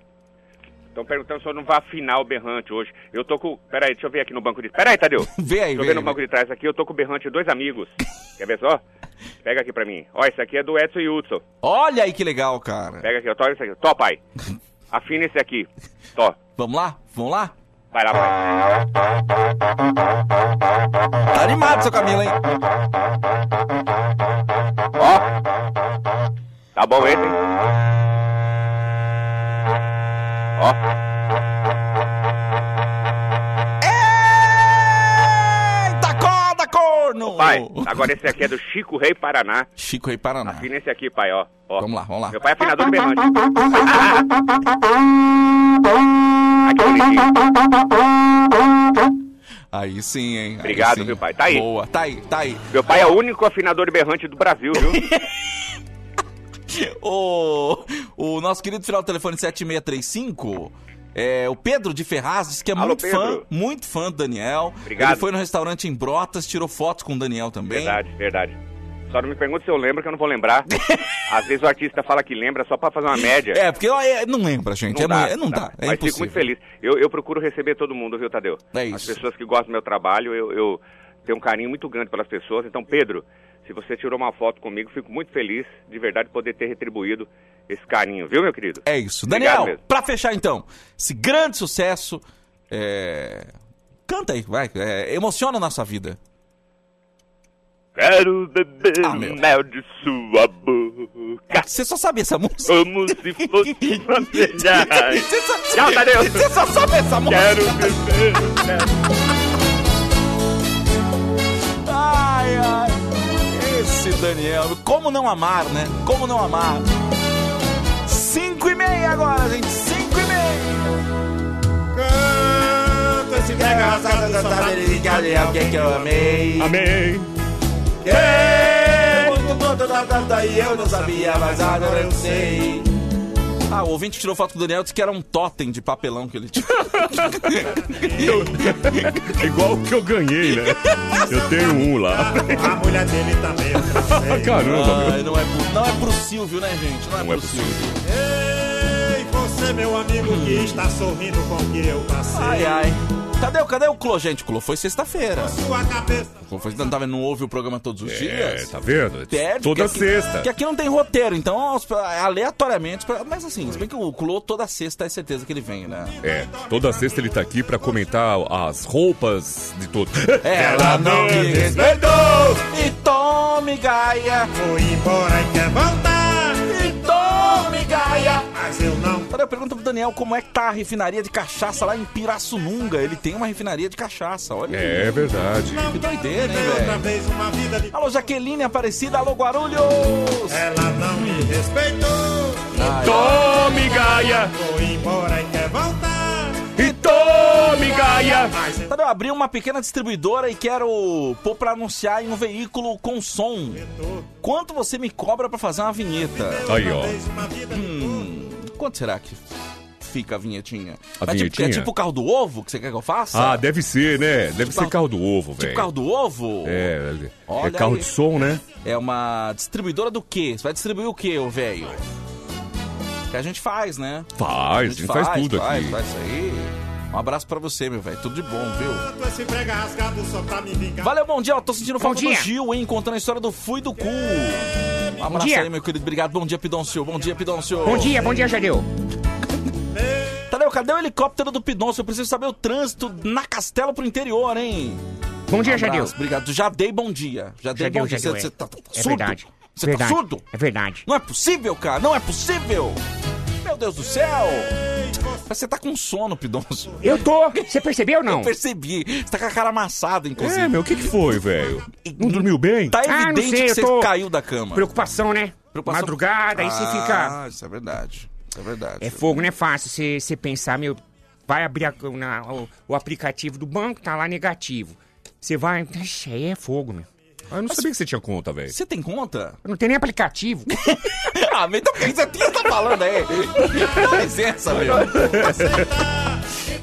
Speaker 5: estão perguntando se eu não vou afinar o berrante hoje. Eu tô com. Peraí, deixa eu ver aqui no banco de. Peraí, Tadeu.
Speaker 3: Vê aí, vê
Speaker 5: deixa eu ver
Speaker 3: aí,
Speaker 5: no banco de trás aqui. Eu tô com o berrante de dois amigos. Quer ver só? Pega aqui pra mim. Ó, esse aqui é do Edson e Hudson.
Speaker 3: Olha aí que legal, cara.
Speaker 5: Pega aqui, ó. Tó, esse aqui. Tó, pai. Afina esse aqui. Tó.
Speaker 3: Vamos lá? Vamos lá?
Speaker 5: Vai lá, pai.
Speaker 3: Tá animado, seu Camilo, hein?
Speaker 5: Tá bom esse, hein? Ó.
Speaker 3: Eita, corda, corno!
Speaker 5: Pai, agora esse aqui é do Chico Rei Paraná.
Speaker 3: Chico Rei Paraná.
Speaker 5: Afina esse aqui, pai, ó. ó.
Speaker 3: Vamos lá, vamos lá.
Speaker 5: Meu pai é afinador do berrante.
Speaker 3: Aí sim, hein? Aí
Speaker 5: Obrigado,
Speaker 3: sim.
Speaker 5: viu, pai? Tá aí.
Speaker 3: Boa, tá aí, tá aí.
Speaker 5: Meu pai é o único afinador de berrante do Brasil, viu?
Speaker 3: O, o nosso querido final do telefone 7635, é, o Pedro de Ferraz, disse que é
Speaker 5: Alô,
Speaker 3: muito fã,
Speaker 5: Pedro.
Speaker 3: muito fã do Daniel.
Speaker 5: Obrigado.
Speaker 3: Ele foi no restaurante em Brotas, tirou fotos com o Daniel também.
Speaker 5: verdade, verdade. Só não me pergunta se eu lembro, que eu não vou lembrar. Às vezes o artista fala que lembra só pra fazer uma média. tá?
Speaker 3: É, porque ó, é, não lembra, gente. é, mu- é, não dá, é
Speaker 5: Mas fico
Speaker 3: impossível.
Speaker 5: muito feliz. Eu, eu procuro receber todo mundo, viu, Tadeu?
Speaker 3: É
Speaker 5: As
Speaker 3: isso.
Speaker 5: pessoas que gostam do meu trabalho, eu, eu tenho um carinho muito grande pelas pessoas. Então, Pedro, se você tirou uma foto comigo, fico muito feliz, de verdade, poder ter retribuído esse carinho, viu, meu querido?
Speaker 3: É isso.
Speaker 5: Obrigado
Speaker 3: Daniel,
Speaker 5: mesmo.
Speaker 3: pra fechar então, esse grande sucesso, é, canta aí, vai, é, emociona a nossa vida. Ah,
Speaker 12: Quero beber o mel de sua boca.
Speaker 3: Você só sabe essa música?
Speaker 12: Como se fosse uma verdade.
Speaker 3: Tchau,
Speaker 12: Tadeu.
Speaker 3: Você só sabe essa música?
Speaker 12: Quero beber o mel
Speaker 3: Ai, ai. Esse Daniel, como não amar, né? Como não amar? Cinco e meia agora, gente. Cinco e meia. Canta esse pega rasgada da Daniel, que é que eu amei.
Speaker 12: Amei.
Speaker 3: É muito bom toda data e eu não sabia, mas agora eu sei. Ah, o ouvinte tirou foto do Daniel disse que era um totem de papelão que ele tinha.
Speaker 4: É igual o que eu ganhei, né? Eu tenho um lá. Ah,
Speaker 3: A mulher dele também.
Speaker 4: Caramba, meu.
Speaker 3: não, é, pro- não é pro Silvio, né, gente? Não é, pro Silvio.
Speaker 8: Ei, você, meu amigo, que está sorrindo com o que eu passei.
Speaker 3: Ai, ai. Cadê, o- cadê o Clô, gente? O Clô foi sexta-feira.
Speaker 8: Sua cabeça.
Speaker 3: O Clô foi não, tá vendo, não ouve o programa todos os
Speaker 4: É,
Speaker 3: dias?
Speaker 4: tá vendo?
Speaker 3: Perde, porque
Speaker 4: Toda
Speaker 3: aqui-
Speaker 4: sexta.
Speaker 3: Porque aqui não tem roteiro, então os- aleatoriamente. Mas assim, se bem que o Clô toda sexta é certeza que ele vem, né?
Speaker 4: É, toda sexta ele tá aqui pra comentar as roupas de todos.
Speaker 3: É. Ela não me respeitou E tome Gaia
Speaker 8: Foi embora e quer voltar
Speaker 3: E tome Gaia
Speaker 8: Mas eu não
Speaker 3: Olha, eu pergunto pro Daniel como é que tá a refinaria de cachaça lá em Pirassununga Ele tem uma refinaria de cachaça, olha
Speaker 4: É verdade.
Speaker 3: Que doideira, hein,
Speaker 8: Outra
Speaker 3: velho
Speaker 8: vez uma vida de...
Speaker 3: Alô, Jaqueline Aparecida, alô, Guarulhos
Speaker 8: Ela não me respeitou
Speaker 3: Ai.
Speaker 12: Tome, Gaia.
Speaker 8: Foi embora e quer voltar
Speaker 12: E tome, Gaia.
Speaker 3: Sabe, eu abri uma pequena distribuidora e quero pôr pra anunciar em um veículo com som. Quanto você me cobra pra fazer uma vinheta?
Speaker 4: Aí, ó.
Speaker 3: Hum, quanto será que fica a vinhetinha?
Speaker 4: A
Speaker 3: Mas, tipo,
Speaker 4: vinhetinha?
Speaker 3: é tipo o carro do ovo que você quer que eu faça?
Speaker 4: Ah, deve ser, né? Deve ser carro do ovo, velho.
Speaker 3: Tipo carro do ovo?
Speaker 4: É, é
Speaker 3: Olha
Speaker 4: carro
Speaker 3: aí.
Speaker 4: de som, né?
Speaker 3: É uma distribuidora do quê? Você vai distribuir o quê, ô velho? Que a gente faz, né?
Speaker 4: Faz, É, a gente faz tudo
Speaker 3: faz,
Speaker 4: aqui.
Speaker 3: Faz isso aí. Um abraço pra você, meu velho. Tudo de bom, viu?
Speaker 8: Tanto esse prega rasgado só pra me vingar
Speaker 3: Valeu, bom dia. Eu tô sentindo falta do
Speaker 8: dia.
Speaker 3: Gil, hein? Contando a história do Fui do Cu. Um abraço
Speaker 13: dia.
Speaker 3: aí, meu querido. Obrigado. Bom dia, Pidoncio. Bom dia, Pidoncio.
Speaker 13: Bom dia, bom dia, Jadeu.
Speaker 3: Tadeu, cadê o helicóptero do Pidoncio? Eu preciso saber o trânsito na Castelo pro interior, hein?
Speaker 13: Bom dia,
Speaker 3: abraço.
Speaker 13: Jadeu.
Speaker 3: Obrigado. Já dei bom dia. Já dei
Speaker 13: Jadeu,
Speaker 3: bom dia.
Speaker 13: Jadeu,
Speaker 3: Você-
Speaker 13: é.
Speaker 3: você tá, tá, tá
Speaker 13: É
Speaker 3: surdo?
Speaker 13: verdade.
Speaker 3: Você
Speaker 13: verdade.
Speaker 3: tá surdo?
Speaker 13: É verdade.
Speaker 3: Não é possível, cara. Não é possível. Meu Deus do céu. Mas você tá com sono, Pidoncio.
Speaker 13: Eu tô. Você percebeu ou não?
Speaker 3: Eu percebi. Você tá com a cara amassada, inclusive.
Speaker 4: É, meu, o que, que foi, velho? Não dormiu bem?
Speaker 3: Tá
Speaker 13: Ah, não
Speaker 3: evidente
Speaker 13: sei,
Speaker 3: que
Speaker 13: eu
Speaker 3: você
Speaker 13: tô-
Speaker 3: caiu da cama.
Speaker 13: Preocupação, né?
Speaker 3: Preocupação-
Speaker 13: Madrugada, aí você
Speaker 3: Ah,
Speaker 13: fica. né?
Speaker 3: isso é verdade. É verdade.
Speaker 5: É fogo, não é fácil você você pensar, meu, vai abrir a- na- o, o aplicativo do banco, tá lá negativo. Você vai, ixi, aí é fogo, meu.
Speaker 4: Ah, eu não sabia que você tinha conta, velho.
Speaker 3: Você tem conta?
Speaker 5: Eu não tenho nem aplicativo.
Speaker 3: ah, mas então por que você tá falando aí? Dá licença, meu.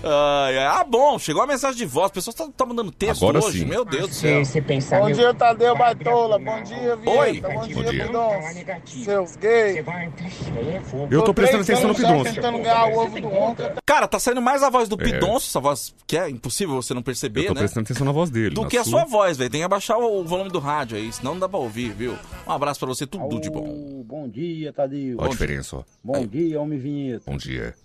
Speaker 3: Ai, ai. Ah, bom, chegou a mensagem de voz. As pessoas estão mandando texto
Speaker 4: Agora
Speaker 3: hoje.
Speaker 4: sim.
Speaker 3: Meu Deus do céu.
Speaker 10: Bom dia, Tadeu Baitola. Bom dia,
Speaker 5: Tá
Speaker 10: Vieta. Bom dia,
Speaker 3: dia.
Speaker 10: Pidonce. Seus gays.
Speaker 5: é
Speaker 3: Eu tô prestando
Speaker 10: três
Speaker 3: atenção no
Speaker 10: anos já
Speaker 3: Pidonce.
Speaker 10: tentando ganhar o ovo do Onca.
Speaker 3: Cara, tá saindo mais a voz do Pidonço, essa voz que é impossível você não perceber,
Speaker 4: É. Eu tô
Speaker 3: né?
Speaker 4: prestando atenção na voz dele.
Speaker 3: Do
Speaker 4: na
Speaker 3: que a sua voz, velho. Tem que abaixar o volume do rádio aí, senão não dá pra ouvir, viu? Um abraço pra você, tudo de bom.
Speaker 14: Bom dia, Tadeu.
Speaker 4: Olha a diferença, ó.
Speaker 14: Bom dia, homem vinheta.
Speaker 4: Bom dia.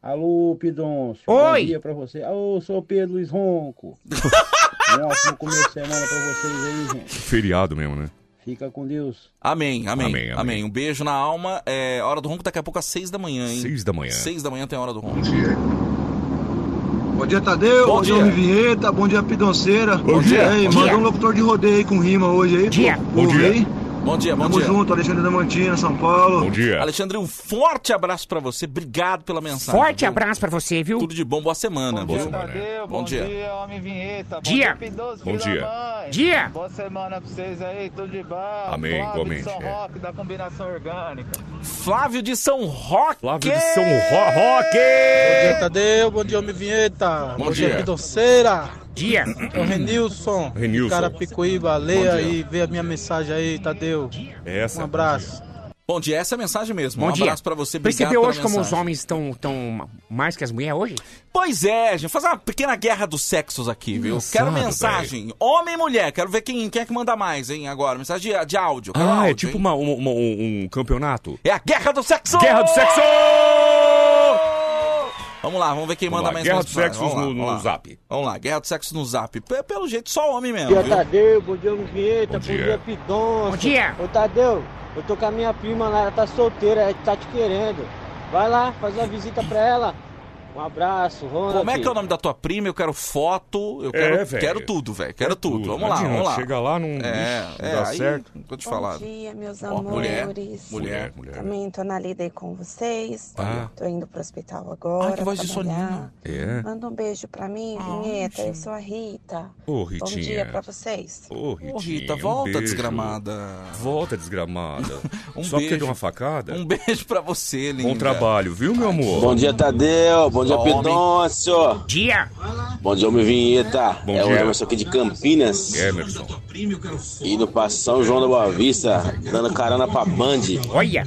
Speaker 14: Alô, Pidoncio.
Speaker 4: Oi.
Speaker 14: Bom dia pra você. Alô, sou Pedro Luiz Ronco. um ótimo começo de semana pra vocês aí, gente.
Speaker 4: Feriado mesmo, né?
Speaker 14: Fica com Deus.
Speaker 3: Amém, amém, amém,
Speaker 4: Amém, amém.
Speaker 3: Um beijo na alma. É hora do ronco daqui a pouco às seis da manhã, hein?
Speaker 4: Seis da manhã.
Speaker 3: Seis da manhã tem a hora do ronco. Bom dia.
Speaker 15: Bom dia, Tadeu.
Speaker 3: Bom
Speaker 15: Bom dia,
Speaker 3: dia.
Speaker 15: Homem Vinheta. Bom dia, Pidonceira.
Speaker 3: Bom dia.
Speaker 15: Ei,
Speaker 3: Bom
Speaker 15: manda
Speaker 3: dia.
Speaker 15: um locutor de rodeio aí com rima hoje aí. Dia.
Speaker 3: Bom dia. Bom dia, bom
Speaker 15: Tamo
Speaker 3: dia.
Speaker 15: junto, Alexandre Damantina, São Paulo. Bom
Speaker 4: dia.
Speaker 3: Alexandre, um forte abraço pra você. Obrigado pela mensagem.
Speaker 5: Forte
Speaker 3: viu?
Speaker 5: abraço pra você, viu?
Speaker 3: Tudo de bom, boa semana. Boa semana. Bom, dia.
Speaker 5: Dia.
Speaker 3: Bom dia.
Speaker 5: Dia.
Speaker 16: Boa semana pra vocês aí, tudo de bom.
Speaker 3: Amém, igualmente,
Speaker 16: São
Speaker 3: é.
Speaker 16: Roque, da combinação orgânica.
Speaker 3: Flávio de São Roque.
Speaker 4: Flávio de São Ro Roque.
Speaker 17: Bom dia, Tadeu. Bom dia, homem vinheta.
Speaker 4: Bom dia.
Speaker 17: Pidoceira.
Speaker 5: Dia.
Speaker 17: É o Renilson.
Speaker 4: Renilson.
Speaker 17: Carapicuíba, leia
Speaker 3: Hum. Bom dia.
Speaker 17: aí, vê a minha mensagem aí, Tadeu.
Speaker 4: Essa. é
Speaker 17: Um abraço.
Speaker 3: Bom dia, essa é a mensagem mesmo.
Speaker 5: Bom
Speaker 3: um
Speaker 5: dia.
Speaker 3: abraço pra você. Obrigado
Speaker 5: Percebeu
Speaker 3: pela
Speaker 5: hoje como os
Speaker 3: mensagem.
Speaker 5: homens estão tão mais que as mulheres hoje?
Speaker 3: Pois é, gente, fazer uma pequena guerra dos sexos aqui, viu?
Speaker 5: Engraçado,
Speaker 3: quero mensagem. Homem e mulher, quero ver quem, quem é que manda mais, hein, agora. Mensagem de, de áudio. quero
Speaker 4: Ah, é
Speaker 3: áudio,
Speaker 4: tipo
Speaker 3: hein?
Speaker 4: uma, uma- uma- um, um campeonato?
Speaker 3: É a guerra do sexo!
Speaker 4: Guerra do sexo!
Speaker 3: Vamos lá, vamos ver quem
Speaker 4: Vamos
Speaker 3: manda
Speaker 4: lá,
Speaker 3: mais.
Speaker 4: guerra
Speaker 3: mensagem.
Speaker 4: dos sexos
Speaker 3: Vamos lá,
Speaker 4: no- no
Speaker 3: vamos lá.
Speaker 4: zap.
Speaker 3: Vamos lá, guerra do sexo no zap. P- Pelo jeito, só homem
Speaker 18: Bom
Speaker 3: mesmo.
Speaker 18: dia,
Speaker 4: tá,
Speaker 3: viu?
Speaker 18: Tadeu. Bom dia, Homem Vinheta. Bom,
Speaker 3: dia.
Speaker 18: dia, Pidonça.
Speaker 5: Bom dia.
Speaker 18: Ô, Tadeu, eu tô com a minha prima lá, ela tá solteira, ela tá te querendo. Vai lá, faz uma visita pra ela. Um abraço,
Speaker 4: tá
Speaker 18: Ronald.
Speaker 3: Como é que é o nome da tua prima? Eu quero foto, eu
Speaker 18: É,
Speaker 3: quero,
Speaker 18: velho.
Speaker 3: quero tudo, velho. Quero tudo.
Speaker 4: É tudo,
Speaker 3: Vamos
Speaker 4: não
Speaker 3: lá,
Speaker 4: adianta,
Speaker 3: vamos lá.
Speaker 4: chega lá, não-
Speaker 3: É,
Speaker 4: Ixi, não
Speaker 3: é
Speaker 4: dá
Speaker 3: aí,
Speaker 4: certo.
Speaker 3: Tô te
Speaker 19: Bom
Speaker 3: falando.
Speaker 19: dia, meus
Speaker 3: Ó, mulher,
Speaker 19: amores.
Speaker 3: mulher, mulher.
Speaker 19: Também tô na lida aí com vocês.
Speaker 4: Ah.
Speaker 19: Tô indo pro hospital agora.
Speaker 4: Ah, que voz de
Speaker 19: trabalhar.
Speaker 4: É.
Speaker 19: Manda um beijo pra mim, Vinheta. Eu sou a Rita.
Speaker 4: É. Ô,
Speaker 19: Bom dia
Speaker 4: Ritinha.
Speaker 19: pra vocês.
Speaker 4: Ô, Ritinha,
Speaker 3: Rita,
Speaker 4: um
Speaker 3: volta,
Speaker 4: beijo.
Speaker 3: desgramada.
Speaker 4: Volta, desgramada.
Speaker 3: Um
Speaker 4: Só porque
Speaker 3: beijo.
Speaker 4: deu uma facada?
Speaker 3: Um beijo pra você, linda.
Speaker 4: Bom trabalho, viu, meu amor?
Speaker 20: Bom dia, Tadeu. Bom dia,
Speaker 4: Homem.
Speaker 20: Pedôncio.
Speaker 5: Dia.
Speaker 20: Bom dia, homem vinheta.
Speaker 4: Bom
Speaker 20: é o
Speaker 4: dia.
Speaker 20: Emerson aqui de Campinas.
Speaker 4: Emerson.
Speaker 20: Indo pra São João da Boa Vista, dando carona pra Band.
Speaker 5: Olha.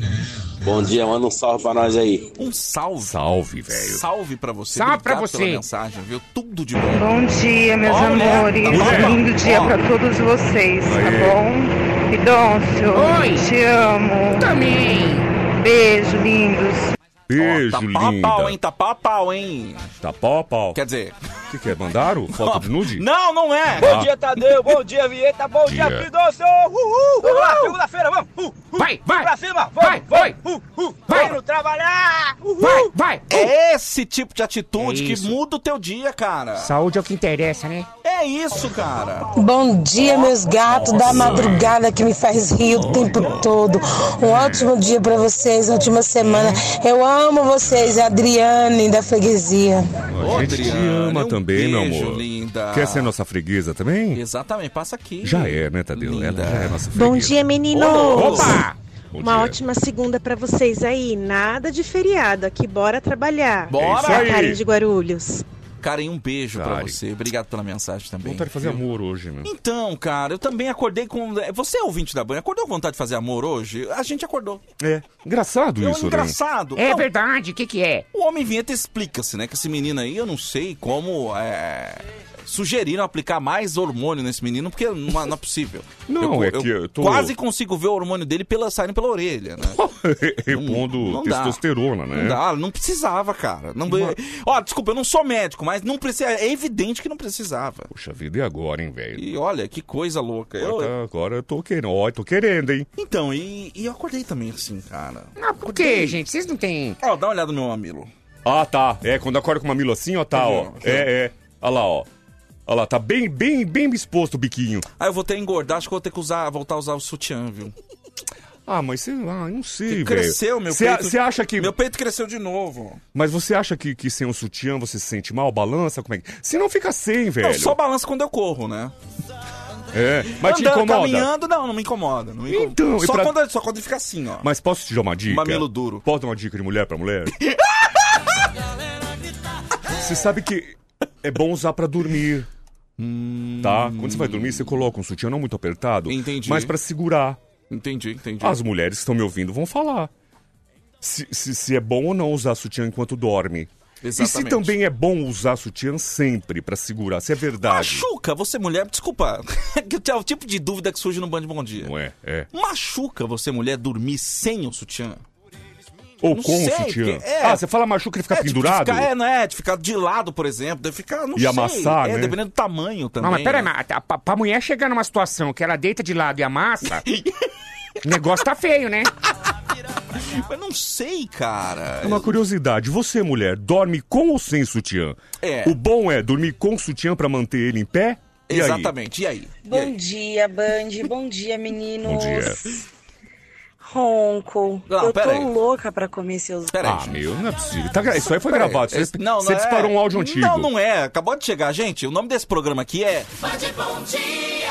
Speaker 20: Bom dia, manda um salve pra nós aí.
Speaker 3: Um salve.
Speaker 4: Salve, velho.
Speaker 3: Salve pra você.
Speaker 20: Salve pra
Speaker 3: Obrigado
Speaker 20: você.
Speaker 3: Pela mensagem, viu? Tudo de bom.
Speaker 21: Bom dia, meus
Speaker 3: Ó, mulher,
Speaker 21: amores.
Speaker 3: tá mulher.
Speaker 21: Lindo dia
Speaker 3: Ó.
Speaker 21: pra todos vocês, tá
Speaker 3: Aê.
Speaker 21: bom? Pidoncio, Oi. te amo. Também. Beijo, lindos.
Speaker 4: Beijo,
Speaker 3: Tá pau a pau,
Speaker 4: linda.
Speaker 3: hein? Tá pau a pau, hein?
Speaker 4: Tá pau a pau.
Speaker 3: Quer dizer...
Speaker 4: O que que é? Mandaram foto de nude?
Speaker 3: Não, não é.
Speaker 4: Bom dia,
Speaker 20: Tadeu. Bom dia, Vieta. Bom
Speaker 4: dia, Dia.
Speaker 20: Pidoncio. Uhul. Vamos lá, segunda-feira, vamos. Uh,
Speaker 5: Vai, vai.
Speaker 20: Pra cima, vai, vai. Vai. Vamos trabalhar.
Speaker 5: Vai, vai.
Speaker 3: É esse tipo de atitude
Speaker 5: É
Speaker 3: que
Speaker 5: isso.
Speaker 3: muda o teu dia, cara.
Speaker 5: Saúde é o que interessa, né?
Speaker 3: É isso, cara.
Speaker 22: Bom dia, meus gatos da madrugada que me faz rir o tempo todo. Um ótimo dia pra vocês, uma ótima semana. Eu amo vocês, Adriane da freguesia.
Speaker 4: A gente te ama também, meu
Speaker 3: Um beijo,
Speaker 4: amor.
Speaker 3: linda.
Speaker 4: Quer ser nossa freguesa também?
Speaker 3: Exatamente, passa aqui.
Speaker 4: Já é, né, Tadeu? Ela já é nossa
Speaker 23: Bom
Speaker 4: freguesa.
Speaker 23: dia, meninos!
Speaker 5: Ah,
Speaker 4: Opa!
Speaker 23: Uma ótima segunda pra vocês aí. Nada de feriado aqui, bora trabalhar.
Speaker 3: Bora!
Speaker 23: Sou a
Speaker 3: É isso aí.
Speaker 23: Karen de Guarulhos.
Speaker 3: Karen, um beijo pra você. Obrigado pela mensagem também.
Speaker 4: Vontade de fazer amor hoje, né?
Speaker 3: Então, cara, eu também acordei com. Você é ouvinte da banha, acordou com vontade de fazer amor hoje? A gente acordou.
Speaker 4: É. Engraçado
Speaker 3: É
Speaker 4: isso,
Speaker 3: engraçado.
Speaker 4: né?
Speaker 3: Não,
Speaker 5: é verdade, o que que é?
Speaker 3: O Homem Vinheta explica-se, né? Que esse menino aí, eu não sei como é, Sugeriram aplicar mais hormônio nesse menino, porque não, não é possível. eu,
Speaker 4: Não, é que eu tô-
Speaker 3: quase consigo ver o hormônio dele pela, saindo pela orelha, né?
Speaker 4: Repondo
Speaker 3: não dá.
Speaker 4: testosterona, né?
Speaker 3: Não dá, não precisava, cara. Não... Ó, desculpa, eu não sou médico, mas não precisa. É evidente que não precisava.
Speaker 4: Puxa vida, e agora, hein, velho?
Speaker 3: E olha, que coisa louca. Eu-
Speaker 4: Agora, tá- agora eu tô querendo. Ó, eu tô querendo, hein?
Speaker 3: Então, e, e eu acordei também assim, cara.
Speaker 5: Ah, por quê, gente? Vocês não têm.
Speaker 3: Ó, dá uma olhada no meu mamilo.
Speaker 4: Ah, tá. É, quando acorda com o mamilo assim, ó, tá, ó. É, é. Olha lá, ó. Olha lá, tá bem, bem, bem exposto o biquinho.
Speaker 3: Ah, eu vou ter que engordar, acho que eu vou ter que usar, voltar a usar o sutiã, viu?
Speaker 4: Ah, mas você. Ah, eu não sei, velho.
Speaker 3: Cresceu meu
Speaker 4: Você a-
Speaker 3: peito.
Speaker 4: Você acha que.
Speaker 3: Meu peito cresceu de novo.
Speaker 4: Mas você acha que, que sem um sutiã você se sente mal? Balança? Como é que. Se não fica sem, velho.
Speaker 3: Eu só balanço quando eu corro, né?
Speaker 4: É, mas te
Speaker 3: Andando,
Speaker 4: incomoda.
Speaker 3: caminhando, não, não me incomoda. Não me incomoda.
Speaker 4: Então, e
Speaker 3: só,
Speaker 4: pra-
Speaker 3: quando, só quando fica assim, ó.
Speaker 4: Mas posso te dar uma dica?
Speaker 3: Mamilo
Speaker 4: duro. Posso dar uma dica de mulher pra mulher? você sabe que é bom usar pra dormir. Tá? Quando você vai dormir, você coloca um sutiã não muito apertado,
Speaker 3: Hum. Entendi.
Speaker 4: mas pra segurar.
Speaker 3: Entendi, entendi.
Speaker 4: As mulheres que estão me ouvindo vão falar. Se, se, se é bom ou não usar sutiã enquanto dorme. E se
Speaker 3: Exatamente.
Speaker 4: também é bom usar sutiã sempre pra segurar, se é verdade.
Speaker 3: Machuca, você mulher, desculpa. que é o tipo de dúvida que surge no Band Bom Dia. Não
Speaker 4: é, é.
Speaker 3: Machuca você mulher dormir sem o sutiã?
Speaker 4: Ou
Speaker 3: Não
Speaker 4: com o
Speaker 3: sei,
Speaker 4: sutiã.
Speaker 3: que- é.
Speaker 4: Ah, você fala machuca ele fica
Speaker 3: É, de
Speaker 4: pendurado?
Speaker 3: ficar, é, não é? De ficar de lado, por exemplo. De ficar, não
Speaker 4: E
Speaker 3: sei.
Speaker 4: amassar,
Speaker 3: é,
Speaker 4: né?
Speaker 3: dependendo do tamanho também.
Speaker 5: Não, mas pera aí,
Speaker 3: né?
Speaker 5: mas a- pra, pra mulher chegar numa situação que ela deita de lado e amassa, o negócio tá feio, né?
Speaker 3: Mas Tipo, não sei, cara.
Speaker 4: É Uma curiosidade, você mulher dorme com ou sem sutiã?
Speaker 3: É.
Speaker 4: O bom é dormir com sutiã pra manter ele em pé? E aí?
Speaker 3: Exatamente, e aí?
Speaker 19: Bom dia, Band. Bom dia, meninos.
Speaker 4: Bom dia.
Speaker 19: Ronco.
Speaker 4: Não,
Speaker 19: eu tô
Speaker 4: pera aí.
Speaker 19: louca pra comer seus.
Speaker 4: Ah, meu, não é possível. Tá gra- Isso aí foi
Speaker 3: Peraí,
Speaker 4: gravado. Você,
Speaker 3: esse- não, não
Speaker 4: você
Speaker 3: é.
Speaker 4: disparou um áudio antigo.
Speaker 3: Não, não é. Acabou de chegar, gente. O nome desse programa aqui é.
Speaker 9: bom dia.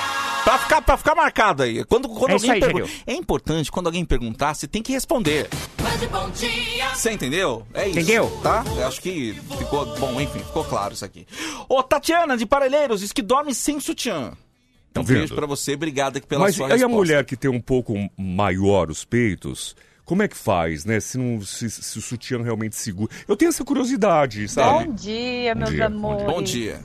Speaker 3: Pra ficar, pra ficar marcado aí. Quando, quando
Speaker 9: É isso
Speaker 3: alguém
Speaker 9: aí,
Speaker 3: pergun-
Speaker 9: Jadil.
Speaker 3: É importante quando alguém perguntar, você tem que responder.
Speaker 9: Band bom dia.
Speaker 3: Você entendeu? É isso.
Speaker 9: Entendeu?
Speaker 3: Tá? Eu acho que ficou. Bom, enfim, ficou claro isso aqui. Ô, Tatiana de Parelheiros diz que dorme sem sutiã. Então,
Speaker 4: Tá vendo?
Speaker 3: beijo pra você. Obrigado aqui pela
Speaker 4: Mas
Speaker 3: sua
Speaker 4: aí a
Speaker 3: resposta.
Speaker 4: mulher que tem um pouco maior os peitos, como é que faz, né? Se, não, se, se o sutiã realmente segura. Eu tenho essa curiosidade, sabe?
Speaker 1: Bom dia, meus
Speaker 4: dia, bom
Speaker 1: amores.
Speaker 4: dia. Bom dia.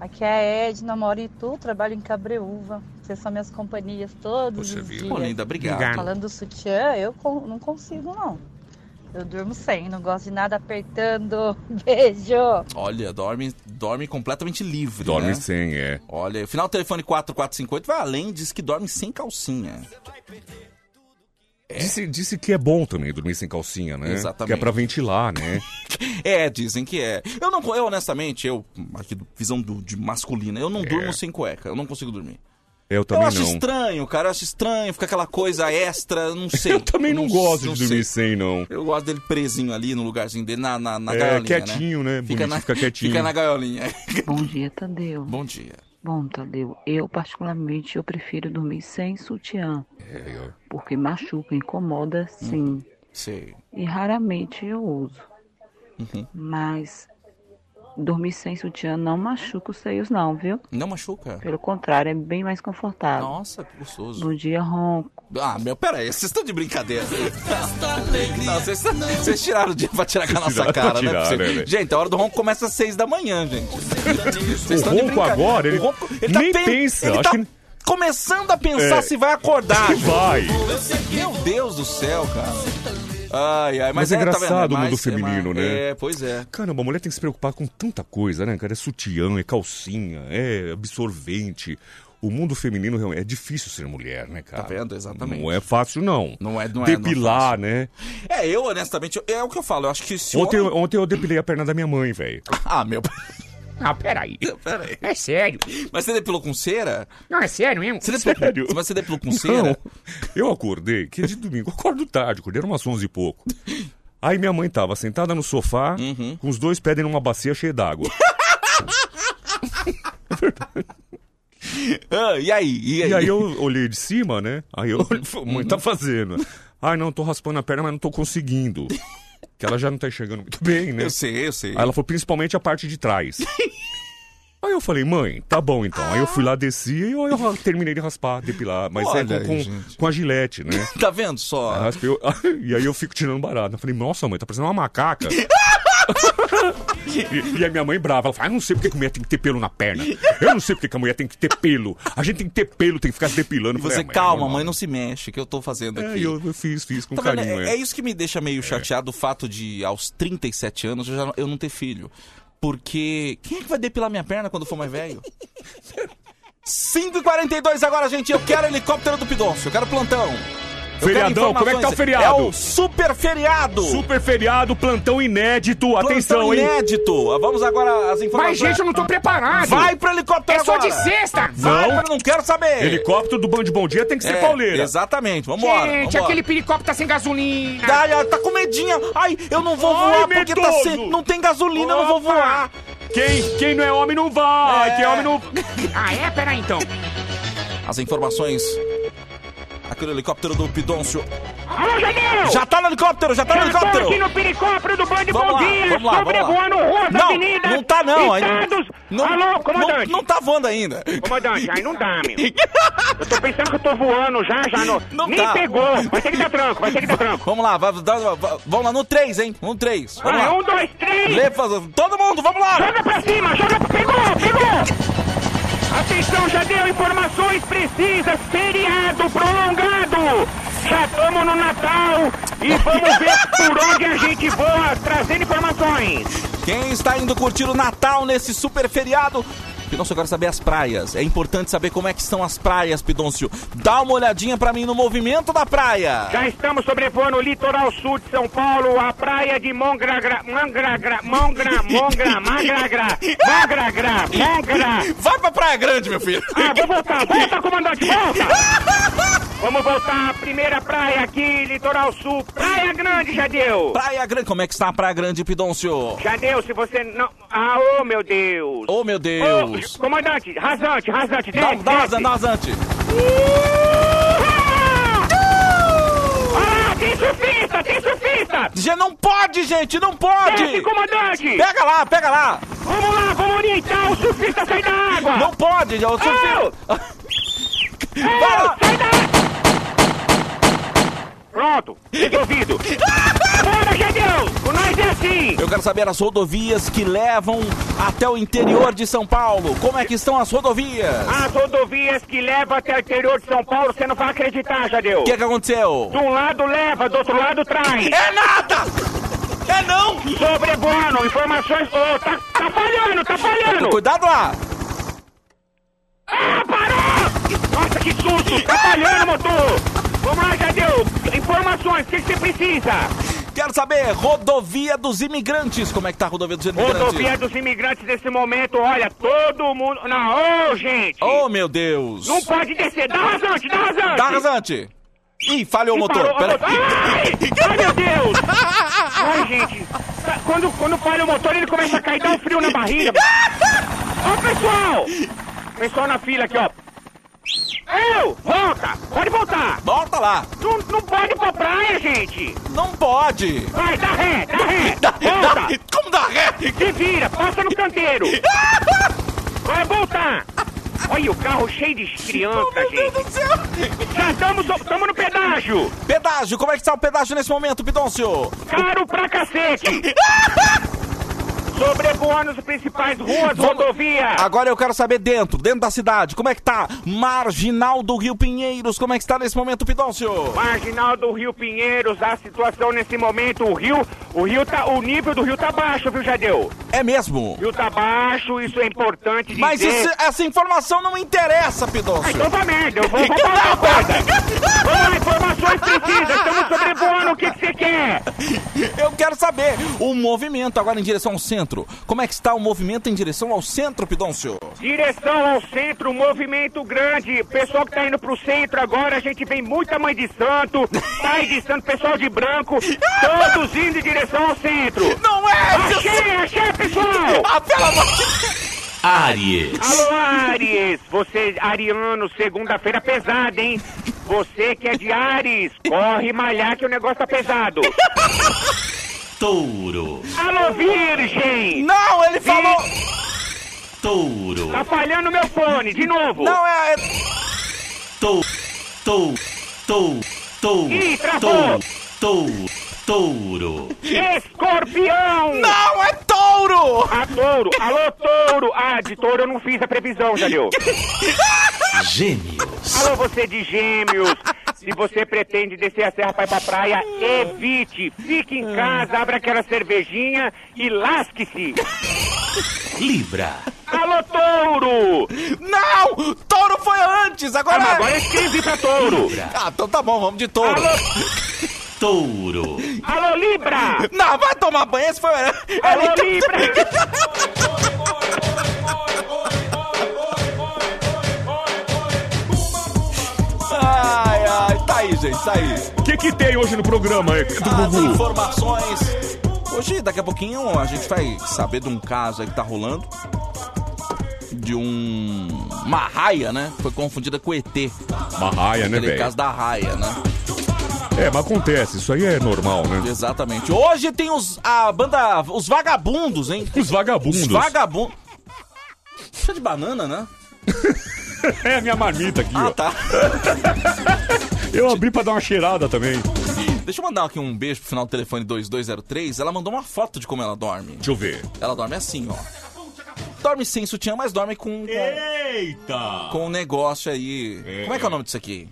Speaker 1: Aqui é a Edna Moritu, trabalho em Cabreúva. Vocês são minhas companhias todos os dias.
Speaker 3: Pô, linda,
Speaker 5: Tá
Speaker 3: obrigado. Obrigado.
Speaker 1: Falando do sutiã, eu con- não consigo, não. Eu durmo sem, não gosto de nada apertando. Beijo!
Speaker 3: Olha, dorme, dorme completamente livre.
Speaker 4: Dorme
Speaker 3: né?
Speaker 4: sem, é.
Speaker 3: Olha, final do telefone 4458 vai além, diz que dorme sem calcinha.
Speaker 4: Disse, disse que é bom também dormir sem calcinha, né?
Speaker 3: Exatamente.
Speaker 4: Que é pra ventilar, né?
Speaker 3: É, dizem que é. Eu não, eu honestamente, eu, aqui do- visão do- de masculina, eu não durmo sem cueca, eu não consigo dormir.
Speaker 4: Eu É. também
Speaker 3: eu acho
Speaker 4: não.
Speaker 3: estranho, cara, eu acho estranho, fica aquela coisa extra, eu não sei. eu
Speaker 4: Também não, gosto de dormir
Speaker 3: sei.
Speaker 4: sem, não.
Speaker 3: Eu gosto dele presinho ali no lugarzinho dele, na, na, na
Speaker 4: É,
Speaker 3: gaiolinha.
Speaker 4: quietinho, né?
Speaker 3: Fica,
Speaker 4: Bonitinho,
Speaker 3: na,
Speaker 4: fica quietinho.
Speaker 3: Fica na gaiolinha.
Speaker 2: Bom dia, Tadeu.
Speaker 3: Bom dia.
Speaker 2: Bom, Tadeu, eu particularmente eu prefiro dormir sem sutiã. Porque machuca, incomoda, sim.
Speaker 3: Sei.
Speaker 2: E raramente eu uso. Mas dormir sem sutiã não machuca os seios, não, viu?
Speaker 3: Não machuca?
Speaker 2: Pelo contrário, é bem mais confortável.
Speaker 3: Nossa, que gostoso.
Speaker 2: Bom dia, Ronco.
Speaker 3: Ah, meu, pera aí, vocês estão de brincadeira. Não, vocês, vocês tiraram o dia pra tirar com a nossa
Speaker 4: Tiraram pra
Speaker 3: cara, né?
Speaker 4: tirar,
Speaker 3: possível.
Speaker 4: né, velho?
Speaker 3: gente, a hora do ronco começa às seis da manhã, gente. Vocês
Speaker 4: O
Speaker 3: estão de
Speaker 4: ronco
Speaker 3: brincadeira.
Speaker 4: agora, ele
Speaker 3: O ronco- ele tá
Speaker 4: nem
Speaker 3: pen-
Speaker 4: pensa,
Speaker 3: Ele
Speaker 4: acho
Speaker 3: tá
Speaker 4: que-
Speaker 3: começando a pensar
Speaker 4: É.
Speaker 3: se vai acordar.
Speaker 4: Se vai.
Speaker 3: Meu Deus do céu, cara. Ai, ai, mas,
Speaker 4: Mas é
Speaker 3: tá vendo?
Speaker 4: engraçado o
Speaker 3: mais-
Speaker 4: mundo feminino,
Speaker 3: é,
Speaker 4: né?
Speaker 3: É, pois é.
Speaker 4: Caramba, a mulher tem que se preocupar com tanta coisa, né, cara? É sutiã, é calcinha, é absorvente. O mundo feminino realmente é difícil ser mulher, né, cara? Tá
Speaker 3: vendo? Exatamente.
Speaker 4: Não é fácil, não.
Speaker 3: Não é, não é, não é
Speaker 4: Depilar, né?
Speaker 3: É, eu, honestamente, eu- é o que eu falo. Eu acho que se
Speaker 4: Ontem,
Speaker 3: homem-
Speaker 4: eu- ontem eu depilei a perna da minha mãe, velho.
Speaker 3: Ah, meu...
Speaker 5: Ah, peraí.
Speaker 3: Peraí.
Speaker 5: É sério.
Speaker 3: Mas você depilou com cera?
Speaker 5: Não, é sério mesmo?
Speaker 3: Você depilou,
Speaker 4: Sério?
Speaker 3: Mas você depilou com cera?
Speaker 4: Não, eu acordei, que é de domingo, eu acordo tarde, acordei era umas 11 e pouco. Aí minha mãe tava sentada no sofá,
Speaker 3: Uhum.
Speaker 4: com os dois pés numa bacia cheia d'água.
Speaker 3: Ah, e aí? E aí? uhum.
Speaker 4: E aí eu olhei de cima, né? Aí eu olhei, falei, mãe, tá fazendo? Ai, não, tô raspando a perna, mas não tô conseguindo. Que ela já não tá enxergando muito bem, né?
Speaker 3: Eu sei, eu sei.
Speaker 4: Aí ela falou, principalmente a parte de trás. Aí eu falei, mãe, tá bom então. Aí eu fui lá, desci e eu, eu terminei de raspar, depilar. Mas
Speaker 3: Olha
Speaker 4: é
Speaker 3: aí,
Speaker 4: com, com,
Speaker 3: gente.
Speaker 4: com a gilete, né?
Speaker 3: Tá vendo só?
Speaker 4: Aí raspei, eu- e aí eu fico tirando barato. Eu falei, nossa, mãe, tá parecendo uma macaca. E, e a minha mãe brava, ela fala, "Ah, eu não sei porque que a mulher tem que ter pelo na perna. Eu não sei porque que a mulher tem que ter pelo. A gente tem que ter pelo, tem que ficar se
Speaker 3: E
Speaker 4: depilando. Eu falei,
Speaker 3: você,
Speaker 4: "É, mãe, é
Speaker 3: calma,
Speaker 4: normal."
Speaker 3: mãe, não se mexe, que eu tô fazendo
Speaker 4: É,
Speaker 3: aqui.
Speaker 4: eu, eu fiz, fiz com
Speaker 3: Tá vendo?
Speaker 4: carinho.
Speaker 3: é, é isso que me deixa meio chateado o fato de, aos 37 anos, eu, já, não- eu não ter filho. Porque quem é que vai depilar minha perna quando for mais velho? 5h42 agora, gente. Eu quero helicóptero do Pidoncio, eu quero plantão. Eu
Speaker 4: Feriadão,
Speaker 3: quero
Speaker 4: como é que tá o
Speaker 3: informações.
Speaker 4: feriado?
Speaker 3: É o super feriado.
Speaker 4: Super feriado, plantão inédito, atenção, hein?
Speaker 3: inédito. Vamos agora às
Speaker 5: Mas,
Speaker 3: informações.
Speaker 5: gente, eu não tô preparado.
Speaker 3: tá Vai pro helicóptero
Speaker 5: É só de
Speaker 3: agora.
Speaker 5: sexta.
Speaker 3: Vai, pra- não quero saber.
Speaker 4: Helicóptero do Band Bom Dia tem que ser
Speaker 3: É,
Speaker 4: pauleira.
Speaker 3: Exatamente, vambora.
Speaker 5: Gente,
Speaker 3: vambora.
Speaker 5: aquele piricóptero tá sem gasolina.
Speaker 3: Ai, ai, tá com medinha. Ai, eu não vou voar
Speaker 5: Ai,
Speaker 3: porque tá
Speaker 5: medroso.
Speaker 3: sem... não tem gasolina, eu não vou
Speaker 5: Opa.
Speaker 3: voar.
Speaker 4: Quem, quem não é homem não vai,
Speaker 3: É.
Speaker 4: quem é homem não...
Speaker 5: Ah, é? Peraí, então.
Speaker 3: As informações. Aquele helicóptero do Pidôncio.
Speaker 5: Alô, Janeiro!
Speaker 3: Já tá no helicóptero, já tá no
Speaker 5: Eu tô
Speaker 3: helicóptero.
Speaker 5: aqui no pericóptero do Band
Speaker 3: Vamos
Speaker 5: Bom
Speaker 3: lá,
Speaker 5: Dia,
Speaker 3: vamos lá, vamos lá.
Speaker 5: sobrevoando ruas,
Speaker 3: Não,
Speaker 5: avenidas,
Speaker 3: não tá não, aí-
Speaker 5: estados.
Speaker 3: Não-
Speaker 5: Alô, comandante.
Speaker 3: Não, não tá voando ainda.
Speaker 5: Comandante, aí não dá, meu. Eu tô pensando que eu tô voando já, já. Não,
Speaker 3: Não
Speaker 5: nem
Speaker 3: tá.
Speaker 5: pegou. Vai ter que dar tranco, vai ter que dar tranco.
Speaker 3: Vamos lá, vai- dá- vai- vamos lá no 3, hein? No 3. Vamos
Speaker 5: Vai,
Speaker 3: lá.
Speaker 5: um, dois, três.
Speaker 3: Leva- todo mundo, vamos lá!
Speaker 5: Joga pra cima, joga pra... Pegou, pegou! Atenção, já deu informações precisas. Feriado prolongado. Já estamos no Natal e vamos ver por onde a gente voa, trazendo informações.
Speaker 3: Quem está indo curtir o Natal nesse super feriado? Pidoncio, eu quero saber as praias. É importante saber como é que estão as praias, Pidoncio. Dá uma olhadinha pra mim no movimento da praia.
Speaker 5: Já estamos sobrevoando o litoral sul de São Paulo, a praia de Mongragra, Mangragra, Mongra, Mongra, Magragra, Magragra, Mongra.
Speaker 3: Vai pra Praia Grande, meu filho.
Speaker 5: Ah, vou voltar, volta, comandante, volta! Vamos voltar, primeira praia aqui, litoral sul, Praia Grande, já deu.
Speaker 3: Praia Grande, como é que está a Praia Grande, Pidoncio?
Speaker 5: Já deu, se você não... Ah, oh, meu Deus.
Speaker 3: Oh, meu Deus.
Speaker 5: Ô, comandante, rasante, rasante,
Speaker 3: Dá,
Speaker 5: desce,
Speaker 3: dá, uma-
Speaker 5: desce.
Speaker 3: dá uma zante.
Speaker 5: Ah, tem surfista, tem surfista.
Speaker 3: Já não pode, gente, não pode.
Speaker 5: Desce, comandante.
Speaker 3: Pega lá, pega lá.
Speaker 5: Vamos lá, vamos orientar o surfista a sair da água!
Speaker 3: Não pode, já, o surfista.
Speaker 5: Para! Sai da Pronto, resolvido! Bora, Gedeão! Com nós é assim!
Speaker 3: Eu quero saber as rodovias que levam até o interior de São Paulo. Como é que estão as rodovias?
Speaker 5: As rodovias que levam até o interior de São Paulo, você não vai acreditar, Jadeu!
Speaker 3: O que, que aconteceu?
Speaker 5: De um lado leva, do outro lado traz!
Speaker 3: É nada! É não!
Speaker 5: Sobrevoando, informações... Ô, tá, tá falhando, tá falhando!
Speaker 3: Então, Cuidado lá!
Speaker 5: Nossa, que susto! Tá falhando, motor! Vamos lá, Jadeu! Informações, o que que você precisa?
Speaker 3: Quero saber, rodovia dos imigrantes. Como é que tá a rodovia dos imigrantes?
Speaker 5: Rodovia dos imigrantes nesse momento, olha, todo mundo. Não, ô, gente!
Speaker 3: Oh, meu Deus!
Speaker 5: Não pode descer, dá rasante, dá rasante!
Speaker 3: Dá rasante! Ih, falhou o
Speaker 5: E
Speaker 3: motor.
Speaker 5: parou,
Speaker 3: Pera...
Speaker 5: motor. Ai! Ai, meu Deus! Ai, gente! tá- Quando, quando falha o motor, ele começa a cair, dá um frio na barriga! Ô, pessoal! Pessoal na fila aqui, ó. Eu! Volta! Pode voltar!
Speaker 3: Volta lá!
Speaker 5: Não, não pode ir pra praia, gente!
Speaker 3: Não pode!
Speaker 5: Vai, dá ré, dá ré!
Speaker 3: Dá-
Speaker 5: Volta!
Speaker 3: dá- Como dá ré?
Speaker 5: Se vira, passa no canteiro! Vai voltar! Olha o carro cheio de criança, gente! Já estamos tamo no pedágio!
Speaker 3: Pedágio, como é que está o pedágio nesse momento, Pidoncio?
Speaker 5: Caro pra cacete! Sobrevoando as principais ruas, rodovia!
Speaker 3: Agora eu quero saber dentro, dentro da cidade, como é que tá? Marginal do Rio Pinheiros, como é que está nesse momento, Pidoncio?
Speaker 5: Marginal do Rio Pinheiros, a situação nesse momento, o rio, o rio tá, o nível do rio tá baixo, viu, Jadeu?
Speaker 3: É mesmo?
Speaker 5: O rio tá baixo, isso é importante dizer.
Speaker 3: Mas isso- é- essa informação não me interessa,
Speaker 5: Ah,
Speaker 3: Pidoncio.
Speaker 5: então vai merda, eu vou, vou parar a corda. Vamos lá, informações precisas, estamos sobrevoando, o que que você quer?
Speaker 3: Eu quero saber o movimento agora em direção ao centro. Como é que está o movimento em direção ao centro, Pidoncio?
Speaker 5: Direção ao centro, movimento grande. Pessoal que tá indo pro centro agora, a gente vem muita mãe de santo, pai de santo, pessoal de branco, todos indo em direção ao centro.
Speaker 3: Não é, seu-
Speaker 5: Achei, achei, pessoal!
Speaker 3: Ah, pelo amor de
Speaker 5: Alô, Ares! Você, Ariano, segunda-feira pesada, hein? Você que é de Ares, corre malhar que o negócio tá pesado.
Speaker 6: Touro.
Speaker 5: Alô, Virgem!
Speaker 3: Não, ele falou...
Speaker 6: Touro.
Speaker 5: Tá falhando meu fone, de novo!
Speaker 3: Não, é... é-
Speaker 6: Touro. Touro. Touro.
Speaker 5: Ih, travou.
Speaker 6: Touro. Touro. Touro.
Speaker 5: Escorpião!
Speaker 3: Não, é touro!
Speaker 5: A touro! Alô, touro! Ah, de touro eu não fiz a previsão, Jadeu.
Speaker 6: Gêmeos.
Speaker 5: Alô, você de gêmeos! Se você pretende descer a serra pra ir pra praia, evite! Fique em casa, abra aquela cervejinha e lasque-se!
Speaker 6: Libra.
Speaker 24: pra
Speaker 5: Alô,
Speaker 24: touro!
Speaker 3: Não! Touro foi antes! Agora
Speaker 24: Ah,
Speaker 3: é-
Speaker 24: mas agora escrevi pra touro.
Speaker 3: Ah, então tá bom, vamos de touro.
Speaker 6: touro.
Speaker 24: Alô, Libra!
Speaker 3: Não, vai tomar banho, esse foi.
Speaker 24: Alô,
Speaker 3: tá-
Speaker 24: Libra!
Speaker 3: Ai, ai, tá aí, gente, tá aí.
Speaker 4: O que, que tem hoje no programa, é, do
Speaker 3: As
Speaker 4: Gugu?
Speaker 3: informações. Hoje, daqui a pouquinho, a gente vai saber de um caso aí que tá rolando. De um. Uma raia, né? Foi confundida com ET.
Speaker 4: Uma raia, né,
Speaker 3: Ah, Aquele
Speaker 4: velho?
Speaker 3: caso da raia, né?
Speaker 4: É, mas acontece, isso aí é normal, né?
Speaker 3: Exatamente. Hoje tem os. A banda. Os vagabundos, hein?
Speaker 4: Os vagabundos.
Speaker 3: Os vagabundos. Cheio de banana, né?
Speaker 4: é a minha marmita aqui, ó.
Speaker 3: tá.
Speaker 4: Eu abri pra dar uma cheirada também.
Speaker 3: Deixa eu mandar aqui um beijo pro final do telefone 2203. Ela mandou uma foto de como ela dorme.
Speaker 4: Deixa eu ver.
Speaker 3: Ela dorme assim, ó. Dorme sem sutiã, mas dorme com. Eita! Com um negócio aí. Como é que é o nome disso aqui?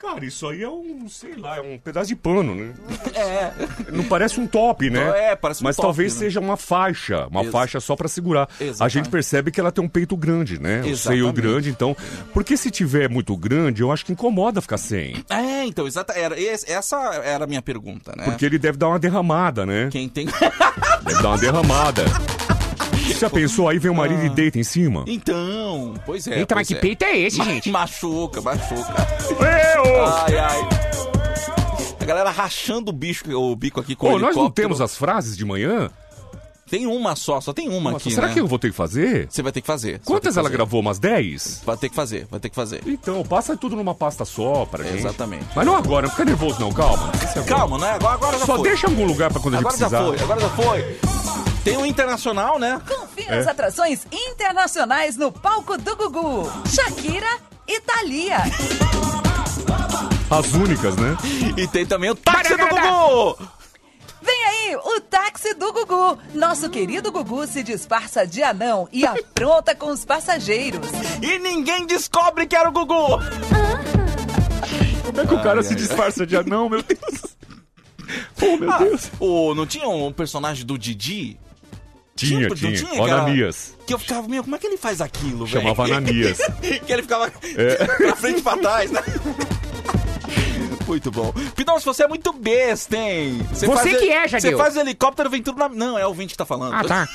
Speaker 4: Cara, isso aí é um, sei lá, é um pedaço de pano, né?
Speaker 3: É.
Speaker 4: Não parece um top, né?
Speaker 3: É, parece um
Speaker 4: Mas
Speaker 3: top,
Speaker 4: talvez
Speaker 3: né?
Speaker 4: seja uma faixa, uma
Speaker 3: Ex-
Speaker 4: faixa só pra segurar. A
Speaker 3: Exatamente.
Speaker 4: gente percebe que ela tem um peito grande, né? Um seio
Speaker 3: Exatamente.
Speaker 4: grande, então. Porque se tiver muito grande, eu acho que incomoda ficar sem.
Speaker 3: É, então, exata. Era, esse- essa era a minha pergunta, né?
Speaker 4: Porque ele deve dar uma derramada, né?
Speaker 3: Quem tem.
Speaker 4: Deve dar uma derramada. Você já pensou aí,
Speaker 3: Ah.
Speaker 4: vem o marido e deita em cima?
Speaker 3: Então, pois é.
Speaker 5: Tá,
Speaker 4: Eita, mas
Speaker 3: pois
Speaker 4: que peito é esse,
Speaker 3: Ma-
Speaker 4: gente?
Speaker 3: Machuca, machuca.
Speaker 4: Eu!
Speaker 3: Ai, ai. A galera rachando o, bicho, o bico aqui com
Speaker 4: Ô,
Speaker 3: o
Speaker 4: nós
Speaker 3: helicóptero.
Speaker 4: não temos as frases de manhã?
Speaker 3: Tem uma só, só tem uma
Speaker 4: Nossa,
Speaker 3: aqui,
Speaker 4: será
Speaker 3: né?
Speaker 4: que eu vou ter que fazer?
Speaker 3: Você vai ter que fazer. você
Speaker 4: Quantas
Speaker 3: vai
Speaker 4: ela
Speaker 3: ter que fazer.
Speaker 4: gravou? Umas 10?
Speaker 3: Vai ter que fazer, vai ter que fazer.
Speaker 4: Então, passa tudo numa pasta só pra gente.
Speaker 3: Exatamente.
Speaker 4: Mas não agora, não fica nervoso não, calma. Esse é bom.
Speaker 3: Calma, né? Agora, agora já
Speaker 4: Só
Speaker 3: foi.
Speaker 4: deixa algum lugar pra quando
Speaker 3: Agora
Speaker 4: a gente precisar.
Speaker 3: já foi, agora já foi. Tem o Internacional, né?
Speaker 7: Confira as atrações internacionais no palco do Gugu. Shakira e Thalia.
Speaker 4: As únicas, né?
Speaker 3: E tem também o Táxi do Gugu!
Speaker 7: Vem aí, o táxi do Gugu. Nosso querido Gugu se disfarça de anão e apronta com os passageiros.
Speaker 3: E ninguém descobre que era o Gugu!
Speaker 4: Como é que o cara se disfarça de anão, meu Deus? Pô, meu Deus.
Speaker 3: Ah, O, não tinha um personagem do Didi?
Speaker 4: Tinha,
Speaker 3: Tipo, Não
Speaker 4: tinha.
Speaker 3: que era-
Speaker 4: Ananias.
Speaker 3: Que eu ficava, meu, como é que ele faz aquilo, velho?
Speaker 4: Chamava Ananias.
Speaker 3: que ele ficava
Speaker 4: É.
Speaker 3: pra frente e pra trás, né? Muito bom. Pidão, se você é muito besta, hein?
Speaker 5: Você
Speaker 3: faz-
Speaker 5: que é, Jadil.
Speaker 3: Você faz o helicóptero, vem tudo na... Não, é o ouvinte que tá falando.
Speaker 5: Ah, tá.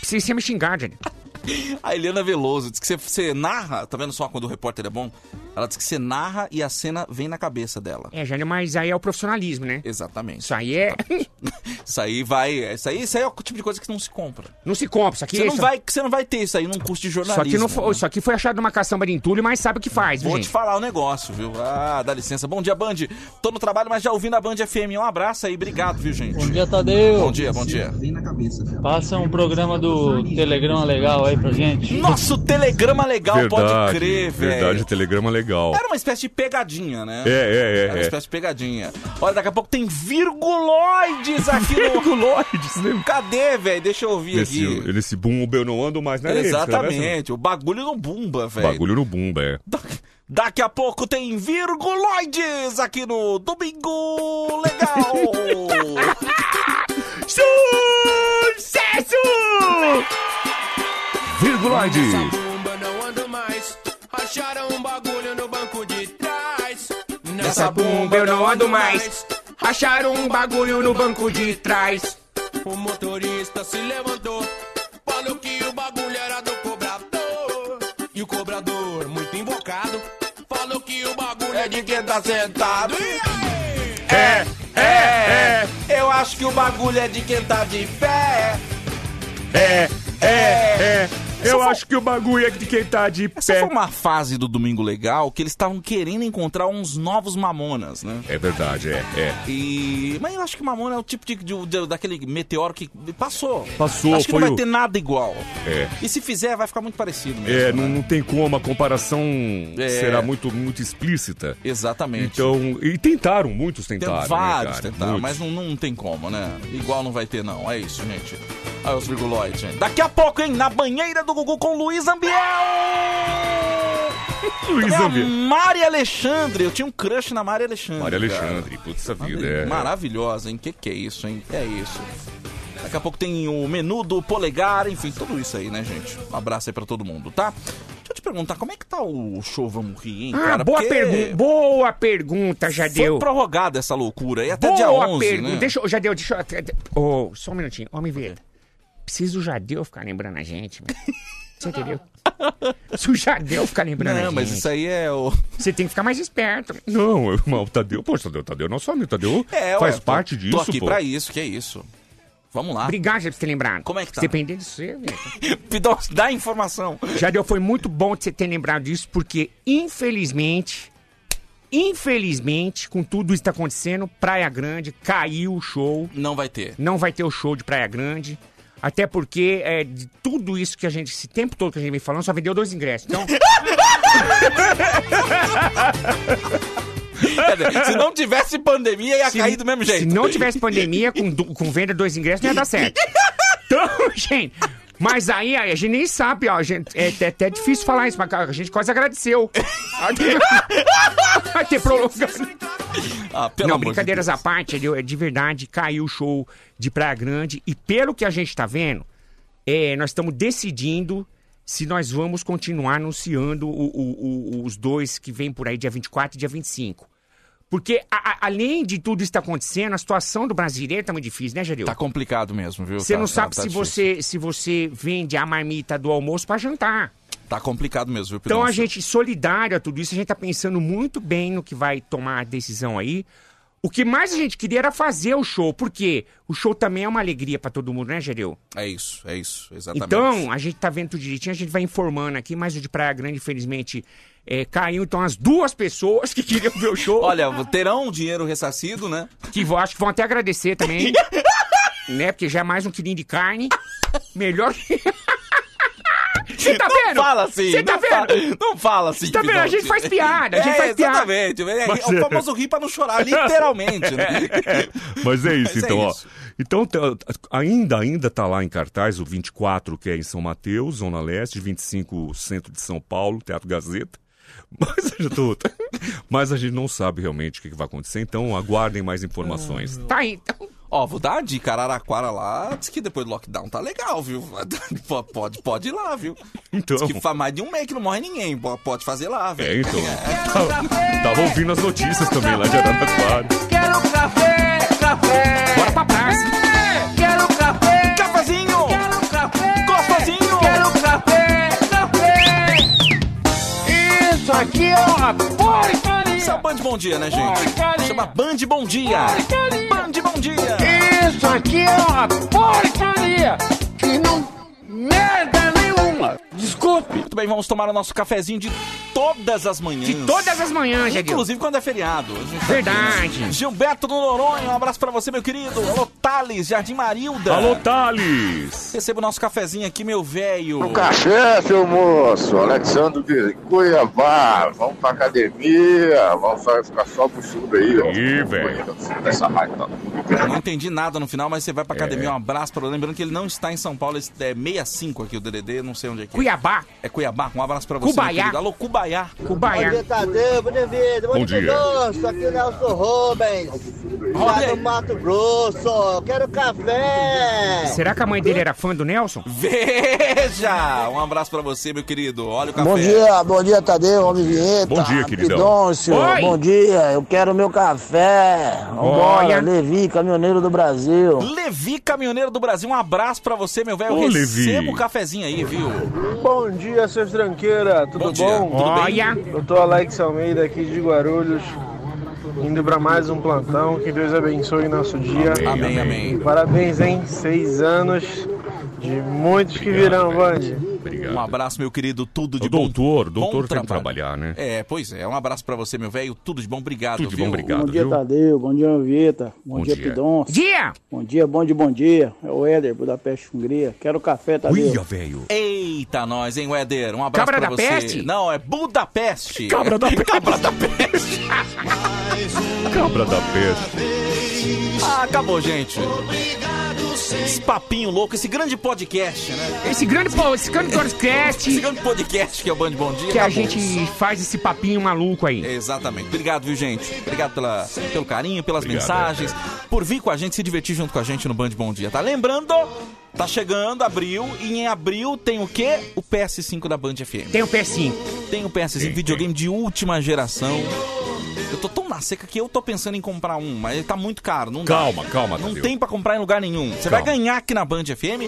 Speaker 5: Precisa você me xingar, Johnny.
Speaker 3: A Eliana Veloso diz que você, você narra, tá vendo só quando o repórter é bom? Ela diz que você narra e a cena vem na cabeça dela.
Speaker 5: É, Jânio, mas aí é o profissionalismo, né?
Speaker 3: Exatamente.
Speaker 5: Isso aí é.
Speaker 3: Isso aí vai. Isso aí, isso aí é o tipo de coisa que não se compra.
Speaker 5: Não se compra, isso aqui
Speaker 3: Você
Speaker 5: é
Speaker 3: não,
Speaker 5: isso-
Speaker 3: vai, você não vai ter isso aí num curso de
Speaker 5: Isso
Speaker 3: jornalismo.
Speaker 5: aqui, não foi,
Speaker 3: né?
Speaker 5: isso aqui foi achado numa caçamba de entulho, mas sabe o que faz, viu,
Speaker 3: Vou te
Speaker 5: gente?
Speaker 3: falar o negócio, viu? Ah, dá licença. Bom dia, Band. Tô no trabalho, mas já ouvindo a Band FM. Um abraço aí, obrigado, viu, gente? Bom
Speaker 17: dia, Tadeu.
Speaker 3: Bom dia, bom dia.
Speaker 17: Passa um programa do Telegrama legal aí pra gente.
Speaker 3: Nossa, o Telegrama legal, um pode
Speaker 4: Verdade,
Speaker 3: crer,
Speaker 4: verdade,
Speaker 3: velho.
Speaker 4: o telegrama é legal.
Speaker 3: Era uma espécie de pegadinha, né?
Speaker 4: É, é, é,
Speaker 3: Era uma
Speaker 4: é.
Speaker 3: espécie de pegadinha. Olha, daqui a pouco tem virguloides aqui no... Virguloides,
Speaker 4: né?
Speaker 3: Cadê, velho? Deixa eu ouvir
Speaker 4: Nesse,
Speaker 3: aqui.
Speaker 4: nesse boom, eu não ando mais, né?
Speaker 3: Exatamente. O bagulho não bumba, velho.
Speaker 4: Bagulho no bumba, é.
Speaker 3: Daqui a pouco tem virguloides aqui no Domingo Legal.
Speaker 5: Sucesso!
Speaker 4: Virguloide!
Speaker 8: não ando mais. Acharam um bagulho no banco de trás.
Speaker 5: Nessa bomba eu não ando mais. Acharam um bagulho no banco de trás.
Speaker 8: O motorista se levantou. Falou que o bagulho era do cobrador. E o cobrador, muito invocado, falou que o bagulho é de quem tá sentado.
Speaker 3: É, é, é. Eu acho que o bagulho é de quem tá de pé.
Speaker 4: É, é, é. Eu acho que o bagulho é de quem tá de pé.
Speaker 3: Essa foi uma fase do Domingo Legal que eles estavam querendo encontrar uns novos mamonas, né?
Speaker 4: É verdade, é, é.
Speaker 3: E... Mas eu acho que mamona é o tipo de, de- de- daquele meteoro que passou.
Speaker 4: Passou,
Speaker 3: Acho que
Speaker 4: foi
Speaker 3: não vai
Speaker 4: o-
Speaker 3: ter nada igual.
Speaker 4: É.
Speaker 3: E se fizer, vai ficar muito parecido mesmo. né?
Speaker 4: É, não, não tem como, a comparação
Speaker 3: É.
Speaker 4: será muito, muito explícita.
Speaker 3: Exatamente.
Speaker 4: Então, e tentaram, muitos
Speaker 3: Tem
Speaker 4: tentaram. né,
Speaker 3: vários
Speaker 4: cara?
Speaker 3: tentaram,
Speaker 4: Muitos.
Speaker 3: mas não, não tem como, né? Igual não vai ter, não. É isso, gente. Aí os virguloides, gente. Daqui a pouco, hein? Na banheira do Gugu com Luiz Ambiel!
Speaker 4: Luiz
Speaker 3: É a
Speaker 4: Ambiel.
Speaker 3: Mari Alexandre. Eu tinha um crush na Mari Alexandre.
Speaker 4: Maria
Speaker 3: cara.
Speaker 4: Alexandre, putz a vida. é.
Speaker 3: Maravilhosa, hein? Que que é isso, hein? É isso. Daqui a pouco tem o menu do polegar, enfim, tudo isso aí, né, gente? Um abraço aí pra todo mundo, tá? Deixa eu te perguntar, como é que tá o show Vamos Rir, hein,
Speaker 5: Ah,
Speaker 3: cara?
Speaker 5: boa
Speaker 3: Porque
Speaker 5: pergunta, boa pergunta, Jadeu.
Speaker 3: Foi prorrogada essa loucura, e até
Speaker 5: Boa
Speaker 3: dia 11,
Speaker 5: pergunta.
Speaker 3: né?
Speaker 5: Deixa, eu- Jadeu, deixa eu. Ô, só um minutinho. Homem Verde. Precisa o Jadeu ficar lembrando a gente, meu. Você entendeu? Se o Jadeu ficar lembrando a
Speaker 4: Não,
Speaker 5: gente.
Speaker 4: mas isso
Speaker 3: aí Ah. é o.
Speaker 5: Você tem que ficar mais esperto.
Speaker 4: Não, irmão, o Tadeu, poxa, Tadeu, Tadeu, nosso amigo, Tadeu
Speaker 5: É, ué,
Speaker 4: faz
Speaker 5: tô-
Speaker 4: parte
Speaker 5: tô
Speaker 4: disso,
Speaker 3: aqui
Speaker 4: pô.
Speaker 3: pra isso, que é isso. Vamos lá.
Speaker 5: Obrigado, Jadeu, por ter lembrado. Como
Speaker 3: é que tá?
Speaker 5: Depender de você, velho.
Speaker 3: Pidão, Então, dá informação.
Speaker 5: Jadeu, foi muito bom de você ter lembrado disso, porque infelizmente, infelizmente, com tudo isso que tá acontecendo, Praia Grande caiu o show.
Speaker 3: Não vai ter.
Speaker 5: Não vai ter o show de Praia Grande. Até porque é, de tudo isso que a gente, esse tempo todo que a gente vem falando, só vendeu dois ingressos. Então,
Speaker 3: Se não tivesse pandemia, ia
Speaker 5: Se-
Speaker 3: cair do mesmo jeito.
Speaker 5: Se não tivesse pandemia, com, du- com venda de dois ingressos, não ia dar certo. Então, gente. Mas aí a gente nem sabe, ó. a gente- é, até- até difícil falar isso, mas a gente quase agradeceu. Vai ter prolongado.
Speaker 3: Ah, pelo
Speaker 5: não,
Speaker 3: amor de
Speaker 5: brincadeiras à parte, ele- de verdade, caiu o show de Praia Grande. E pelo que a gente tá vendo, é, nós estamos decidindo se nós vamos continuar anunciando o- o- o- os dois que vêm por aí, dia 24 e dia 25. Porque, a- a- além de tudo isso que tá acontecendo, a situação do brasileiro tá muito difícil, né, Jadil?
Speaker 3: Tá complicado mesmo, viu?
Speaker 5: Você
Speaker 3: Tá-
Speaker 5: não
Speaker 3: tá-
Speaker 5: sabe
Speaker 3: tá
Speaker 5: se,
Speaker 3: difícil.
Speaker 5: você, se você vende a marmita do almoço pra jantar.
Speaker 3: Tá complicado mesmo, viu,
Speaker 5: Então
Speaker 3: Pidão?
Speaker 5: a gente, solidário a tudo isso, a gente tá pensando muito bem no que vai tomar a decisão aí. O que mais a gente queria era fazer o show, porque o show também é uma alegria pra todo mundo, né, Gereu?
Speaker 3: É isso, é isso, exatamente.
Speaker 5: Então, a gente tá vendo tudo direitinho, a gente vai informando aqui, mas o de Praia Grande, infelizmente, é, caiu. Então, as duas pessoas que queriam ver o show.
Speaker 3: Olha, terão um dinheiro ressarcido, né?
Speaker 5: Que vão- acho que vão até agradecer também. né? Porque já é mais um quilinho de carne. Melhor que. Você tá
Speaker 3: Não
Speaker 5: vendo?
Speaker 3: fala assim,
Speaker 5: Você tá
Speaker 3: não fala-
Speaker 5: vendo?
Speaker 3: não fala assim,
Speaker 5: Tá vendo? A
Speaker 3: Pidão.
Speaker 5: gente faz piada, a gente
Speaker 3: É,
Speaker 5: faz piada.
Speaker 3: exatamente. É, é
Speaker 4: Mas
Speaker 3: o
Speaker 4: é.
Speaker 3: famoso rir pra não chorar, literalmente, né?
Speaker 4: Mas é
Speaker 3: Mas
Speaker 4: isso,
Speaker 3: é
Speaker 4: então,
Speaker 3: isso.
Speaker 4: ó. Então, tá- ainda, ainda tá lá em cartaz o 24, que é em São Mateus, Zona Leste, 25, Centro de São Paulo, Teatro Gazeta. Mas, eu já tô- tá, mas a gente não sabe realmente o que que vai acontecer, então aguardem mais informações.
Speaker 5: Tá aí, então.
Speaker 3: Ó, vou dar a dica, Araraquara lá, diz que depois do lockdown tá legal, viu? P- Pode, pode ir lá, viu?
Speaker 4: Então.
Speaker 3: Diz que faz mais de um mês que não morre ninguém, pô, pode fazer lá,
Speaker 4: É,
Speaker 3: velho.
Speaker 4: então. Tava, tava ouvindo as notícias também lá de Araraquara.
Speaker 8: Quero um café, café.
Speaker 5: Bora pra praça.
Speaker 8: Quero um café. Cafezinho. Quero um café. Gostosinho. Quero um café, café. Isso aqui é uma porcaria.
Speaker 3: Isso é o Band Bom Dia, né, gente? Chama Band Bom Dia. Band Bom Dia.
Speaker 8: Isso aqui é uma porcaria. Que não... Merda nenhuma.
Speaker 3: Desculpe. Muito bem, vamos tomar o nosso cafezinho de todas as manhãs. De
Speaker 5: todas as manhãs, Jadil.
Speaker 3: Inclusive quando é feriado. A gente tá aqui, né?
Speaker 5: Verdade.
Speaker 3: Gilberto do Noronha, um abraço pra você, meu querido. Alô, Thales, Jardim Marilda.
Speaker 4: Alô, Thales!
Speaker 3: Receba o nosso cafezinho aqui, meu velho.
Speaker 10: Café, seu moço, Alexandre de Cuiabá, vamos pra academia, vamos só ficar só puxando aí, ó. Ih, velho. Essa raiva tá
Speaker 3: Não entendi nada no final, mas você vai pra academia. Um abraço pra Lembrando que ele não está em São Paulo, ele é 65 aqui, o DDD, não sei onde é que é.
Speaker 5: Cuiabá.
Speaker 3: É Cuiabá. Um abraço pra você. meu
Speaker 5: Cubaiá.
Speaker 3: querido. Alô, Cubaiá.
Speaker 5: Cubaiá.
Speaker 11: Bom dia, Tadeu, bom dia, vida.
Speaker 3: Bom dia.
Speaker 11: Grosso. Aqui é o Nelson Rubens, lá do Mato Grosso. Quero café.
Speaker 5: Será que a mãe dele era fã do Nelson?
Speaker 3: Veja! Um abraço pra você, meu querido. Olha o café.
Speaker 11: Bom dia, bom dia, Tadeu, homem vinheta.
Speaker 3: Bom dia, queridão.
Speaker 11: Pidôncio,
Speaker 3: Oi.
Speaker 11: bom dia, eu quero meu café.
Speaker 3: Olha.
Speaker 11: Vambora, Levi, caminhoneiro do Brasil.
Speaker 3: Levi Caminhoneiro do Brasil, um abraço pra você, meu velho.
Speaker 11: Ô,
Speaker 3: Receba
Speaker 11: Levi.
Speaker 3: o cafezinho aí, viu?
Speaker 25: Bom dia, seus tranqueira, tudo
Speaker 3: Bom dia,
Speaker 25: bom?
Speaker 3: tudo Olha.
Speaker 25: bem? Eu tô Alex Almeida aqui de Guarulhos, indo pra mais um plantão. Que Deus abençoe nosso dia.
Speaker 3: Amém, Amém, amém. amém.
Speaker 25: Parabéns, hein? Seis anos de muitos que virão, Band.
Speaker 3: Um abraço, meu querido, tudo de
Speaker 4: Ô,
Speaker 3: bom.
Speaker 4: doutor,
Speaker 3: bom
Speaker 4: doutor tem que
Speaker 3: trabalho.
Speaker 4: trabalhar, né?
Speaker 3: É, pois é. Um abraço pra você, meu velho. Tudo de bom, obrigado.
Speaker 4: Tudo de
Speaker 3: viu?
Speaker 4: bom,
Speaker 11: Bom dia, Tadeu. Bom dia, Vieta. Bom,
Speaker 3: Bom
Speaker 11: dia,
Speaker 3: dia.
Speaker 11: Pidon.
Speaker 5: Dia!
Speaker 11: Bom dia, bom de bom dia. É o Éder, Budapeste, Hungria. Quero café, Tadeu.
Speaker 4: Uia, velho.
Speaker 3: Eita, nós, hein, Weder? Um abraço
Speaker 11: Cabra
Speaker 3: pra
Speaker 11: da
Speaker 3: você.
Speaker 11: Peste?
Speaker 3: Não, é Budapeste.
Speaker 4: Cabra da
Speaker 3: Peste. Cabra da Peste.
Speaker 4: Cabra da peste.
Speaker 3: Ah, acabou, gente.
Speaker 8: Obrigado,
Speaker 3: Esse papinho louco, esse grande podcast, né?
Speaker 5: Esse grande, po- esse grande podcast.
Speaker 3: Esse grande podcast que é o Band Bom Dia.
Speaker 5: Que a
Speaker 3: acabou.
Speaker 5: gente faz esse papinho maluco aí.
Speaker 3: Exatamente. Obrigado, viu, gente? Obrigado pela, pelo carinho, pelas
Speaker 5: Obrigado,
Speaker 3: mensagens, por vir com a gente, se divertir junto com a gente no Band Bom Dia, tá? Lembrando, tá chegando abril, e em abril tem o quê? O PS5 da Band FM.
Speaker 5: Tem o PS5.
Speaker 3: Tem o PS5, videogame de última geração. Eu tô tão na seca que eu tô pensando em comprar um, mas ele tá muito caro, não dá.
Speaker 4: Calma, calma,
Speaker 3: Não
Speaker 4: Tadeu.
Speaker 3: tem pra comprar em lugar nenhum. Você vai
Speaker 4: Calma.
Speaker 3: ganhar aqui na Band FM.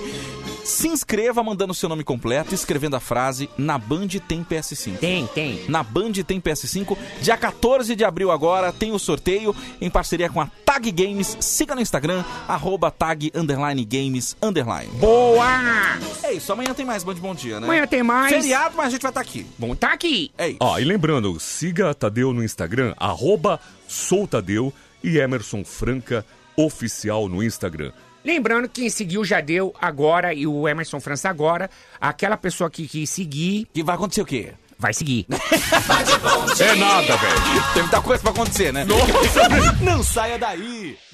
Speaker 3: Se inscreva mandando seu nome completo, e escrevendo a frase Na Band tem PS5.
Speaker 5: Tem, tem.
Speaker 3: Na Band tem PS5. Dia 14 de abril agora tem o sorteio em parceria com a Tag Games. Siga no Instagram, arroba tag underline games underline.
Speaker 5: Boa!
Speaker 3: É isso, amanhã tem mais Band Bom Dia, né?
Speaker 5: Amanhã tem mais.
Speaker 3: Feriado, mas a gente vai estar aqui.
Speaker 5: Bom, tá aqui.
Speaker 3: É isso.
Speaker 4: Ó, e lembrando, siga a Tadeu no Instagram, arroba soutadeu e Emerson Franca oficial no Instagram.
Speaker 5: Lembrando que quem seguiu já deu agora, e o Emerson França agora, aquela pessoa que, que seguir.
Speaker 3: Que vai acontecer o quê?
Speaker 5: Vai seguir. né?
Speaker 4: É nada, velho.
Speaker 3: Tem muita coisa pra acontecer, né? Nossa, não saia daí.